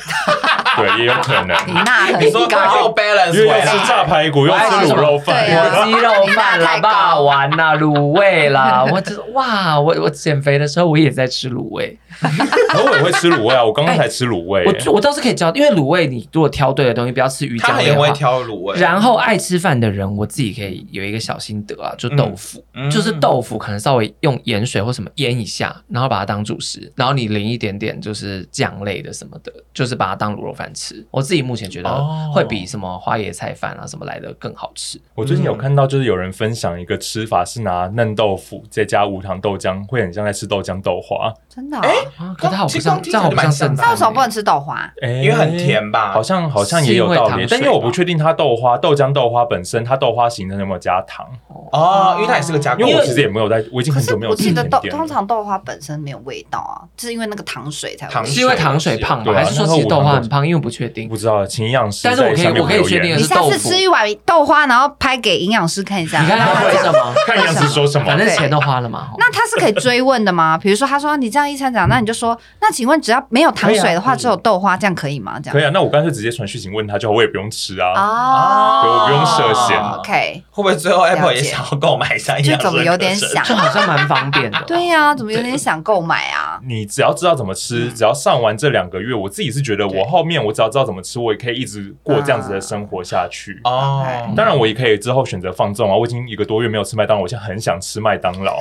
[SPEAKER 4] 对，也有可能。
[SPEAKER 1] 你钠
[SPEAKER 3] 你说
[SPEAKER 1] 很
[SPEAKER 3] 太
[SPEAKER 1] 高，
[SPEAKER 3] 高 b a balance
[SPEAKER 4] 因为
[SPEAKER 3] 回来。
[SPEAKER 4] 又是炸排骨，又是卤肉
[SPEAKER 1] 对啊
[SPEAKER 4] 饭，
[SPEAKER 2] 我鸡肉饭啦、霸王啦、卤味啦，我就是哇，我我减肥的时候我也在吃卤味，
[SPEAKER 4] 可我也会吃卤味啊！我刚刚才吃卤味耶，
[SPEAKER 2] 哎我我倒是可以教，因为卤味你如果挑对的东西，不要吃鱼
[SPEAKER 3] 他
[SPEAKER 2] 浆
[SPEAKER 3] 很
[SPEAKER 2] 类的
[SPEAKER 3] 会
[SPEAKER 2] 话。
[SPEAKER 3] 挑卤哎味，
[SPEAKER 2] 然后爱吃饭的人，我自己可以有一个小心得啊，就豆腐，
[SPEAKER 3] 嗯
[SPEAKER 2] 就是豆腐可能稍微用盐水或什么腌一下，然后把它当主食，然后你淋一点点就是酱类的什么的，就是把它当卤肉饭吃。我自己目前觉得
[SPEAKER 4] 哦
[SPEAKER 2] 会比什么花椰菜饭啊什么来的更好吃。
[SPEAKER 4] 我最近有看到，就是有人分享一个吃法是拿嫩豆腐再加无糖豆浆，会很像在吃豆浆豆花，
[SPEAKER 1] 真的哦、
[SPEAKER 2] 啊，可是它好不
[SPEAKER 3] 其实光
[SPEAKER 2] 像，
[SPEAKER 3] 听
[SPEAKER 2] 这
[SPEAKER 3] 起来
[SPEAKER 2] 样好不像
[SPEAKER 3] 就蛮像
[SPEAKER 2] 正
[SPEAKER 3] 的
[SPEAKER 2] 餐
[SPEAKER 1] 那为什么
[SPEAKER 2] 欸
[SPEAKER 1] 不能吃豆花？
[SPEAKER 4] 哎
[SPEAKER 3] 因为很甜吧
[SPEAKER 4] 好像好像也有道理
[SPEAKER 2] 是因为糖，
[SPEAKER 4] 但因为我不
[SPEAKER 2] 水吧
[SPEAKER 4] 确定它豆花豆浆豆花本身它豆花形成有没有加糖，
[SPEAKER 3] 哦，因为它也是个加
[SPEAKER 4] 因
[SPEAKER 3] 工，
[SPEAKER 4] 为我其实也没有在，我已经
[SPEAKER 1] 可
[SPEAKER 4] 很
[SPEAKER 1] 是
[SPEAKER 4] 久没
[SPEAKER 1] 我
[SPEAKER 4] 有吃
[SPEAKER 1] 记得
[SPEAKER 4] 甜
[SPEAKER 1] 豆
[SPEAKER 4] 点
[SPEAKER 1] 通
[SPEAKER 4] 了。
[SPEAKER 1] 常豆花本身没有味道啊，就是因为那个糖水才
[SPEAKER 3] 糖
[SPEAKER 1] 会。
[SPEAKER 2] 是因为糖水胖吗？
[SPEAKER 4] 对啊
[SPEAKER 2] 还是说
[SPEAKER 4] 那
[SPEAKER 2] 其
[SPEAKER 4] 个
[SPEAKER 2] 实
[SPEAKER 4] 五
[SPEAKER 2] 豆花
[SPEAKER 4] 糖
[SPEAKER 2] 很胖？因为我不确定
[SPEAKER 4] 不。知道，请营养师
[SPEAKER 2] 但是我
[SPEAKER 4] 在
[SPEAKER 2] 可以
[SPEAKER 4] 下面
[SPEAKER 2] 我可以
[SPEAKER 4] 留言
[SPEAKER 2] 确定的
[SPEAKER 1] 你
[SPEAKER 2] 是
[SPEAKER 1] 下
[SPEAKER 2] 豆
[SPEAKER 1] 次
[SPEAKER 2] 腐
[SPEAKER 1] 吃一碗豆花，然后拍给营养师看一下，
[SPEAKER 2] 你看
[SPEAKER 1] 让
[SPEAKER 2] 他
[SPEAKER 1] 他
[SPEAKER 2] 为什
[SPEAKER 1] 讲。
[SPEAKER 2] 么？
[SPEAKER 4] 看营养师说 什么
[SPEAKER 2] 反。正钱都花了嘛。
[SPEAKER 1] 那他是可以追问的吗？ 比如说，他说你这样一餐讲，那你就说，那请问只要没有糖水的
[SPEAKER 4] 可以
[SPEAKER 1] 话，
[SPEAKER 4] 啊
[SPEAKER 1] 只有豆花，这样可以吗？这样
[SPEAKER 4] 可以啊，那我干脆直接传讯息问他就好，我也不用吃啊。
[SPEAKER 1] 哦
[SPEAKER 4] 对我不用涉嫌
[SPEAKER 1] OK，
[SPEAKER 3] 会不会最后 Apple 也
[SPEAKER 1] 了解
[SPEAKER 3] 想要购买上一
[SPEAKER 1] 就
[SPEAKER 3] 样？
[SPEAKER 1] 怎么有点想
[SPEAKER 2] 这好像蛮方便的。
[SPEAKER 1] 对呀、怎么有点想购买啊？
[SPEAKER 4] 你只要知道怎么吃，只要上完这两个月，我自己是觉得我后面我只要知道怎么吃，我也可以一直过这样子的生活下去。
[SPEAKER 3] 哦
[SPEAKER 1] OK
[SPEAKER 2] 嗯
[SPEAKER 4] 当然，我也可以之后选择放纵啊！我已经一个多月没有吃麦当劳，我现在很想吃麦当劳。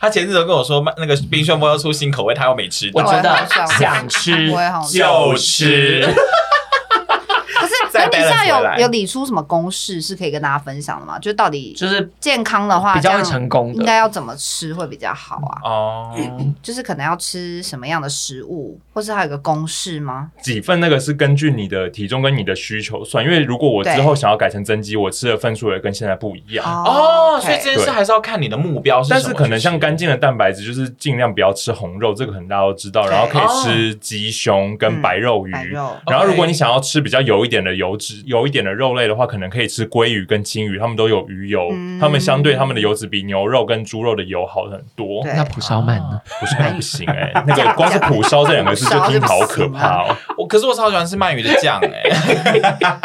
[SPEAKER 3] 他前阵子跟我说，那个冰旋风要出新口味，他又没吃
[SPEAKER 2] 我
[SPEAKER 3] 到。
[SPEAKER 2] 觉
[SPEAKER 1] 我也
[SPEAKER 2] 得
[SPEAKER 1] 啊好想
[SPEAKER 2] 想吃
[SPEAKER 1] 我也好想
[SPEAKER 2] 就 吃。
[SPEAKER 1] 可是，可
[SPEAKER 3] 再
[SPEAKER 1] 是你现
[SPEAKER 3] balance
[SPEAKER 1] 在
[SPEAKER 3] 回来
[SPEAKER 1] 有有理出什么公式是可以跟大家分享的吗？就到底
[SPEAKER 2] 就是
[SPEAKER 1] 健康的话，
[SPEAKER 2] 比较会
[SPEAKER 1] 这样
[SPEAKER 2] 成功的
[SPEAKER 1] 应该要怎么吃会比较好啊？
[SPEAKER 3] 哦，
[SPEAKER 1] 就是可能要吃什么样的食物，或是还有个公式吗？
[SPEAKER 4] 几份那个是根据你的体重跟你的需求算，因为如果我之后想要改成增肌，我吃的份数也跟现在不一样。
[SPEAKER 3] 哦，所以
[SPEAKER 1] OK
[SPEAKER 3] 这件事还是要看你的目标是什
[SPEAKER 4] 但
[SPEAKER 3] 么。
[SPEAKER 4] 是可能像干净的蛋白质，就是尽量不要吃红肉，这个很大家都知道。
[SPEAKER 1] 对哦
[SPEAKER 4] 然后可以吃鸡胸跟
[SPEAKER 1] 嗯
[SPEAKER 4] 白肉鱼。
[SPEAKER 1] 白肉
[SPEAKER 4] 然后如果
[SPEAKER 3] OK
[SPEAKER 4] 你想要吃比较油一点的油脂、油一点的肉类的话，可能可以吃鲑鱼跟青鱼，它们都有鱼油，
[SPEAKER 1] 嗯
[SPEAKER 4] 它们相对它们的油脂比牛肉跟猪肉的油好很多。
[SPEAKER 1] 对
[SPEAKER 2] 那蒲烧鳗
[SPEAKER 1] 哦
[SPEAKER 2] 呢？
[SPEAKER 4] 不是很不行哎、那个光是蒲烧这两个字就听好可怕哦。
[SPEAKER 3] 我，可是我超喜欢吃鳗鱼的酱哎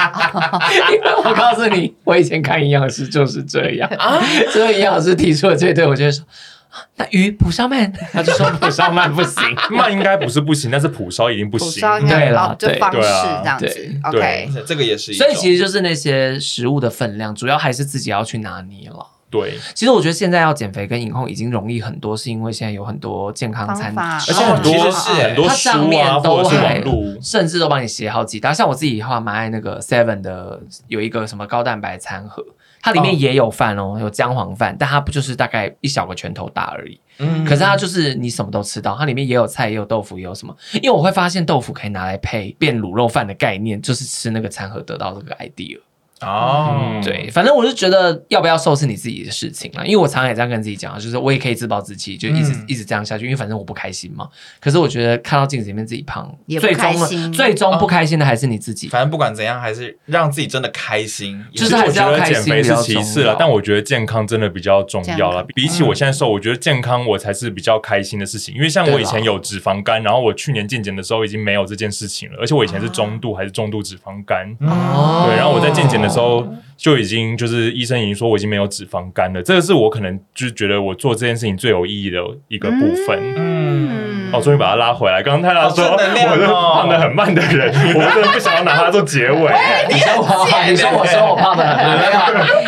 [SPEAKER 2] 我告诉你，我以前看营养师就是这 样啊，所以营养师提出了这对，我就会说。啊那鱼蒲烧鳗， 他 就说蒲烧鳗不行。
[SPEAKER 4] 那应该不是不行，但是蒲烧一定不
[SPEAKER 1] 不
[SPEAKER 4] 行。
[SPEAKER 1] 烧应该
[SPEAKER 2] 对
[SPEAKER 1] 有
[SPEAKER 2] 啦
[SPEAKER 1] 包就
[SPEAKER 2] 对
[SPEAKER 1] 方式
[SPEAKER 4] 对啊
[SPEAKER 1] 这样子
[SPEAKER 2] 对。
[SPEAKER 1] OK，
[SPEAKER 3] 这个也是一种。
[SPEAKER 2] 所以其实就是那些食物的分量，主要还是自己要去拿捏了。
[SPEAKER 4] 对，
[SPEAKER 2] 其实我觉得现在要减肥跟饮控已经容易很多，是因为现在有很多健康餐
[SPEAKER 1] 方法嗯
[SPEAKER 4] 而且很多、
[SPEAKER 3] 哦其实是欸
[SPEAKER 4] 很多
[SPEAKER 2] 它
[SPEAKER 4] 书
[SPEAKER 2] 上面
[SPEAKER 4] 啊，
[SPEAKER 2] 都
[SPEAKER 4] 或者是
[SPEAKER 2] 还
[SPEAKER 4] 网络，
[SPEAKER 2] 甚至都帮你写好几道。像我自己的话，蛮爱那个 Seven 的有一个什么高蛋白餐盒，它里面也有饭哦，有姜黄饭，但它不就是大概一小个拳头大而已。
[SPEAKER 3] 嗯，
[SPEAKER 2] 可是它就是你什么都吃到，它里面也有菜，也有豆腐，也有什么。因为我会发现豆腐可以拿来配变卤肉饭的概念，就是吃那个餐盒得到这个 idea。
[SPEAKER 3] 哦
[SPEAKER 4] 嗯，
[SPEAKER 2] 对，反正我是觉得要不要瘦是你自己的事情啦，因为我常常也这样跟自己讲啊，就是我也可以自暴自弃，就一直、
[SPEAKER 3] 嗯
[SPEAKER 2] 一直这样下去，因为反正我不开心嘛。可是我觉得看到镜子里面自己胖，
[SPEAKER 1] 也不
[SPEAKER 2] 最
[SPEAKER 1] 开
[SPEAKER 2] 终呢
[SPEAKER 1] 心
[SPEAKER 2] 最终
[SPEAKER 4] 嗯
[SPEAKER 2] 不开心的还是你自己。
[SPEAKER 3] 反正不管怎样，还是让自己真的开心。
[SPEAKER 2] 就是
[SPEAKER 3] 也
[SPEAKER 2] 还
[SPEAKER 4] 我
[SPEAKER 2] 是
[SPEAKER 4] 觉
[SPEAKER 2] 要
[SPEAKER 4] 得
[SPEAKER 2] 开
[SPEAKER 4] 减
[SPEAKER 2] 心
[SPEAKER 4] 肥
[SPEAKER 2] 比
[SPEAKER 4] 是
[SPEAKER 2] 较
[SPEAKER 4] 其次
[SPEAKER 2] 重
[SPEAKER 4] 了
[SPEAKER 2] 要，嗯
[SPEAKER 4] 但我觉得健康真的比较重要了
[SPEAKER 1] 健康。
[SPEAKER 4] 比起我现在瘦，我觉得健康我才是比较开心的事情。因为像我以前
[SPEAKER 2] 对啦
[SPEAKER 4] 有脂肪肝，然后我去年健检的时候已经没有这件事情了，而且我以前
[SPEAKER 2] 啊
[SPEAKER 4] 是中度还是重度脂肪肝。
[SPEAKER 2] 哦
[SPEAKER 4] 对，然后我在健检的时候就已经就是医生已经说我已经没有脂肪肝了，这个是我可能就是觉得我做这件事情最有意义的一个部分。
[SPEAKER 3] 嗯，
[SPEAKER 4] 哦，终于把它拉回来。刚刚泰拉说，
[SPEAKER 3] 好正能量哦
[SPEAKER 4] 我是胖的很慢的人，我真的不想要拿它做结尾。
[SPEAKER 2] 你说我，你说我说我胖的 很慢，没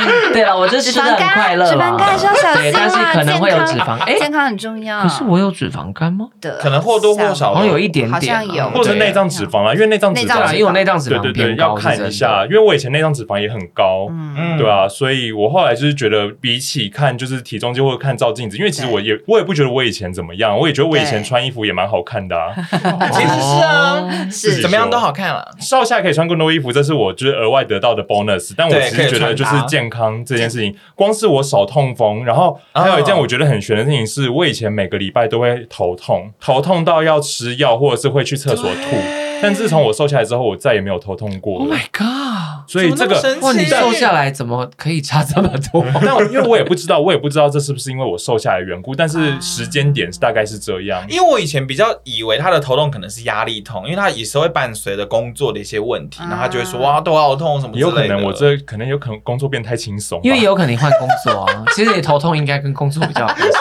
[SPEAKER 2] 有对啊了，我就吃的很快乐
[SPEAKER 1] 脂肪肝
[SPEAKER 2] 啦
[SPEAKER 1] 是要小心
[SPEAKER 2] 对，但是
[SPEAKER 1] 啦，
[SPEAKER 2] 可能会有脂
[SPEAKER 1] 健
[SPEAKER 2] 肪
[SPEAKER 1] 康，啊
[SPEAKER 2] 哎，
[SPEAKER 1] 健康很重要。
[SPEAKER 2] 可是我有脂肪肝吗？
[SPEAKER 1] 的
[SPEAKER 3] 可能或多或少
[SPEAKER 2] 好像有一点点啊，
[SPEAKER 1] 好像有
[SPEAKER 4] 哦或者
[SPEAKER 2] 对
[SPEAKER 4] 内脏脂肪啦，因为内脏脂
[SPEAKER 1] 内脏
[SPEAKER 4] 肪
[SPEAKER 2] 对
[SPEAKER 1] 脂肪
[SPEAKER 2] 因为我内脏脂
[SPEAKER 4] 对
[SPEAKER 2] 肪
[SPEAKER 4] 对对
[SPEAKER 2] 偏
[SPEAKER 4] 要
[SPEAKER 2] 高，
[SPEAKER 4] 看
[SPEAKER 2] 是真
[SPEAKER 4] 一
[SPEAKER 2] 的
[SPEAKER 4] 下，因为我以前内脏脂肪也很高，
[SPEAKER 1] 嗯，
[SPEAKER 3] 嗯
[SPEAKER 4] 对啊，所以我后来就是觉得，比起看就是体重机或者看照镜子，因为其实我也我也不觉得我以前怎么样，我也觉得我以前
[SPEAKER 1] 对
[SPEAKER 4] 穿衣服也蛮好看的啊，
[SPEAKER 3] 嗯其实是啊，
[SPEAKER 2] 哦
[SPEAKER 1] 是
[SPEAKER 3] 怎么样都好看了。
[SPEAKER 4] 少夏可以穿更多衣服，这是我就是额外得到的 bonus。但我
[SPEAKER 3] 对
[SPEAKER 4] 其实觉
[SPEAKER 3] 可
[SPEAKER 4] 得
[SPEAKER 3] 以
[SPEAKER 4] 就
[SPEAKER 3] 穿
[SPEAKER 4] 是
[SPEAKER 3] 搭
[SPEAKER 4] 健康这件事情，光是我少痛风，然后还有一件
[SPEAKER 3] 哦
[SPEAKER 4] 我觉得很悬的事情是，我以前每个礼拜都会头痛，头痛到要吃药或者是会去厕所吐。但自从我瘦下来之后，我再也没有头痛过
[SPEAKER 2] Oh
[SPEAKER 4] 了。
[SPEAKER 2] my god！哇！
[SPEAKER 4] 所以这个
[SPEAKER 3] 怎么那么
[SPEAKER 2] 哇，
[SPEAKER 3] 神
[SPEAKER 2] 你
[SPEAKER 3] 奇
[SPEAKER 2] 瘦下来怎么可以差这么多？
[SPEAKER 4] 那哦我因为我也不知道，我也不知道这是不是因为我瘦下来的缘故，但是时间点是大概是这样。
[SPEAKER 3] 因为我以前比较以为他的头痛可能是压力痛，因为他有时候会伴随着工作的一些问题，
[SPEAKER 1] 啊
[SPEAKER 3] 然后他就会说哇头好痛什么之
[SPEAKER 4] 也
[SPEAKER 3] 类的。。
[SPEAKER 4] 有可能我这可能有可能工作变太轻松吧，
[SPEAKER 2] 因为也有可能你换工作啊。其实你头痛应该跟工作比较有关系，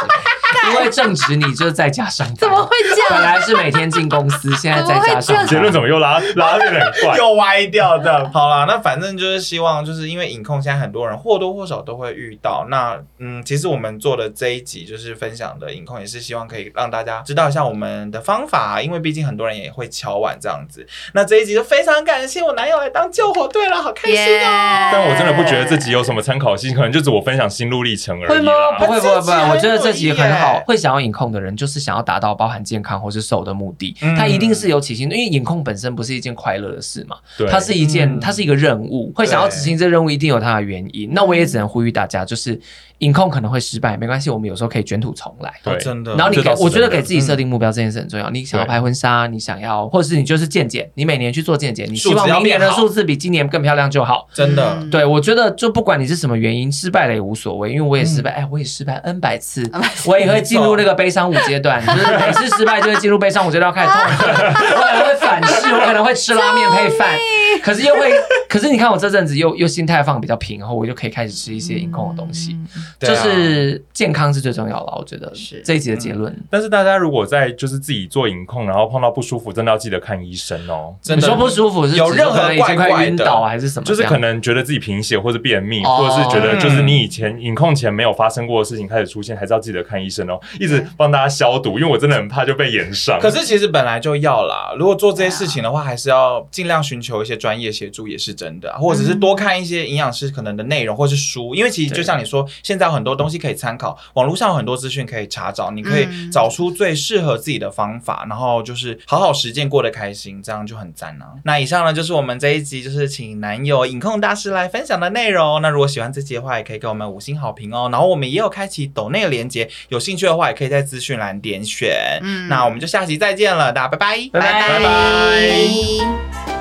[SPEAKER 2] 因为正职你就是在家上班，
[SPEAKER 1] 怎么会这
[SPEAKER 2] 本
[SPEAKER 1] 样？
[SPEAKER 2] 来是每天进公司，现在在家上班。
[SPEAKER 4] 结论怎么又拉拉的有点怪
[SPEAKER 3] 又歪掉的。 好啦，那反正就是希望，就是因为影控现在很多人或多或少都会遇到。那嗯，其实我们做的这一集就是分享的影控，也是希望可以让大家知道一下我们的方法，因为毕竟很多人也会敲碗这样子。那这一集就非常感谢我男友来当救火队了，好开心哦！
[SPEAKER 4] 但我真的不觉得自己有什么参考性，可能就只我分享心路历程而已啊啦。
[SPEAKER 2] 会吗？不会不会不会，
[SPEAKER 3] 这集很
[SPEAKER 2] 我觉得这集很
[SPEAKER 3] 有意
[SPEAKER 2] 好
[SPEAKER 3] 义耶。
[SPEAKER 2] 会想要影控的人，就是想要达到包含健康或是瘦的目的，
[SPEAKER 3] 嗯
[SPEAKER 2] 他一定是有起心，因为影控本身不是一件快乐的事嘛，
[SPEAKER 4] 对，
[SPEAKER 2] 它是一件
[SPEAKER 3] 嗯
[SPEAKER 2] 它是一个任务，会想要执行这任务一定有它的原因。那我也只能呼吁大家，就是影控可能会失败，没关系，我们有时候可以卷土重来。
[SPEAKER 4] 对
[SPEAKER 3] 哦真的。
[SPEAKER 2] 然后你
[SPEAKER 4] 这
[SPEAKER 2] 给
[SPEAKER 4] 倒，是
[SPEAKER 2] 我觉得
[SPEAKER 4] 真的
[SPEAKER 2] 给自己设定目标这件事很重要。你想要
[SPEAKER 4] 对
[SPEAKER 2] 拍婚纱，你想要，或者是你就是健检，你每年去做健检，你
[SPEAKER 3] 数
[SPEAKER 2] 希望
[SPEAKER 3] 值要
[SPEAKER 2] 明年的
[SPEAKER 3] 变好
[SPEAKER 2] 数字比今年更漂亮就好。
[SPEAKER 3] 真的，
[SPEAKER 1] 嗯
[SPEAKER 2] 对，我觉得就不管你是什么原因，失败了也无所谓，因为我也失败，哎，我也失败 N 百次，我也会进入那个悲伤五阶段，就是每次失败就会进入悲伤五阶段，开始痛苦，我可能会反噬，我可能会吃拉面配饭，可是又会，可是你看我这阵子又又心态放比较平，然后我就可以开始吃一些饮控的东西，
[SPEAKER 3] 对
[SPEAKER 2] 就
[SPEAKER 3] 啊
[SPEAKER 2] 是健康是最重要了，我觉得
[SPEAKER 1] 嗯是
[SPEAKER 2] 这一集的结论。
[SPEAKER 4] 但是大家如果在就是自己做影控，然后碰到不舒服，真的要记得看医生哦。
[SPEAKER 3] 真
[SPEAKER 2] 你
[SPEAKER 3] 的
[SPEAKER 2] 说不舒服是
[SPEAKER 3] 有
[SPEAKER 2] 指说
[SPEAKER 3] 任何
[SPEAKER 2] 可能已经
[SPEAKER 3] 怪
[SPEAKER 2] 快
[SPEAKER 3] 怪
[SPEAKER 2] 晕
[SPEAKER 3] 的
[SPEAKER 2] 倒啊还是什么这
[SPEAKER 4] 就
[SPEAKER 2] 样？
[SPEAKER 4] 是可能觉得自己贫血或者便秘，
[SPEAKER 2] 哦
[SPEAKER 4] 或者是觉得就是你以前影控前没有发生过的事情开始出现，还是要记得看医生哦，一直帮大家消毒，因为我真的很怕就被延上。
[SPEAKER 3] 可是其实本来就要啦，如果做这些事情的话，还是要尽量寻求一些专业协助，也是真的啊，或者是多看一些营养师可能的内容或是书，因为其实就像你说，现在有很多东西可以参考，网络上有很多资讯可以查找，你可以
[SPEAKER 1] 嗯
[SPEAKER 3] 找出最适合自己的方法，然后就是好好实践，过得开心，这样就很赞啊。那以上呢就是我们这一集就是请男友影控大师来分享的内容。那如果喜欢这集的话，也可以给我们五星好评哦。然后我们也有开启抖内的连接，有兴趣的话也可以在资讯栏点选。
[SPEAKER 1] 嗯
[SPEAKER 3] 那我们就下期再见了，大家拜拜，
[SPEAKER 2] 拜拜
[SPEAKER 1] 拜
[SPEAKER 3] 拜拜
[SPEAKER 1] 拜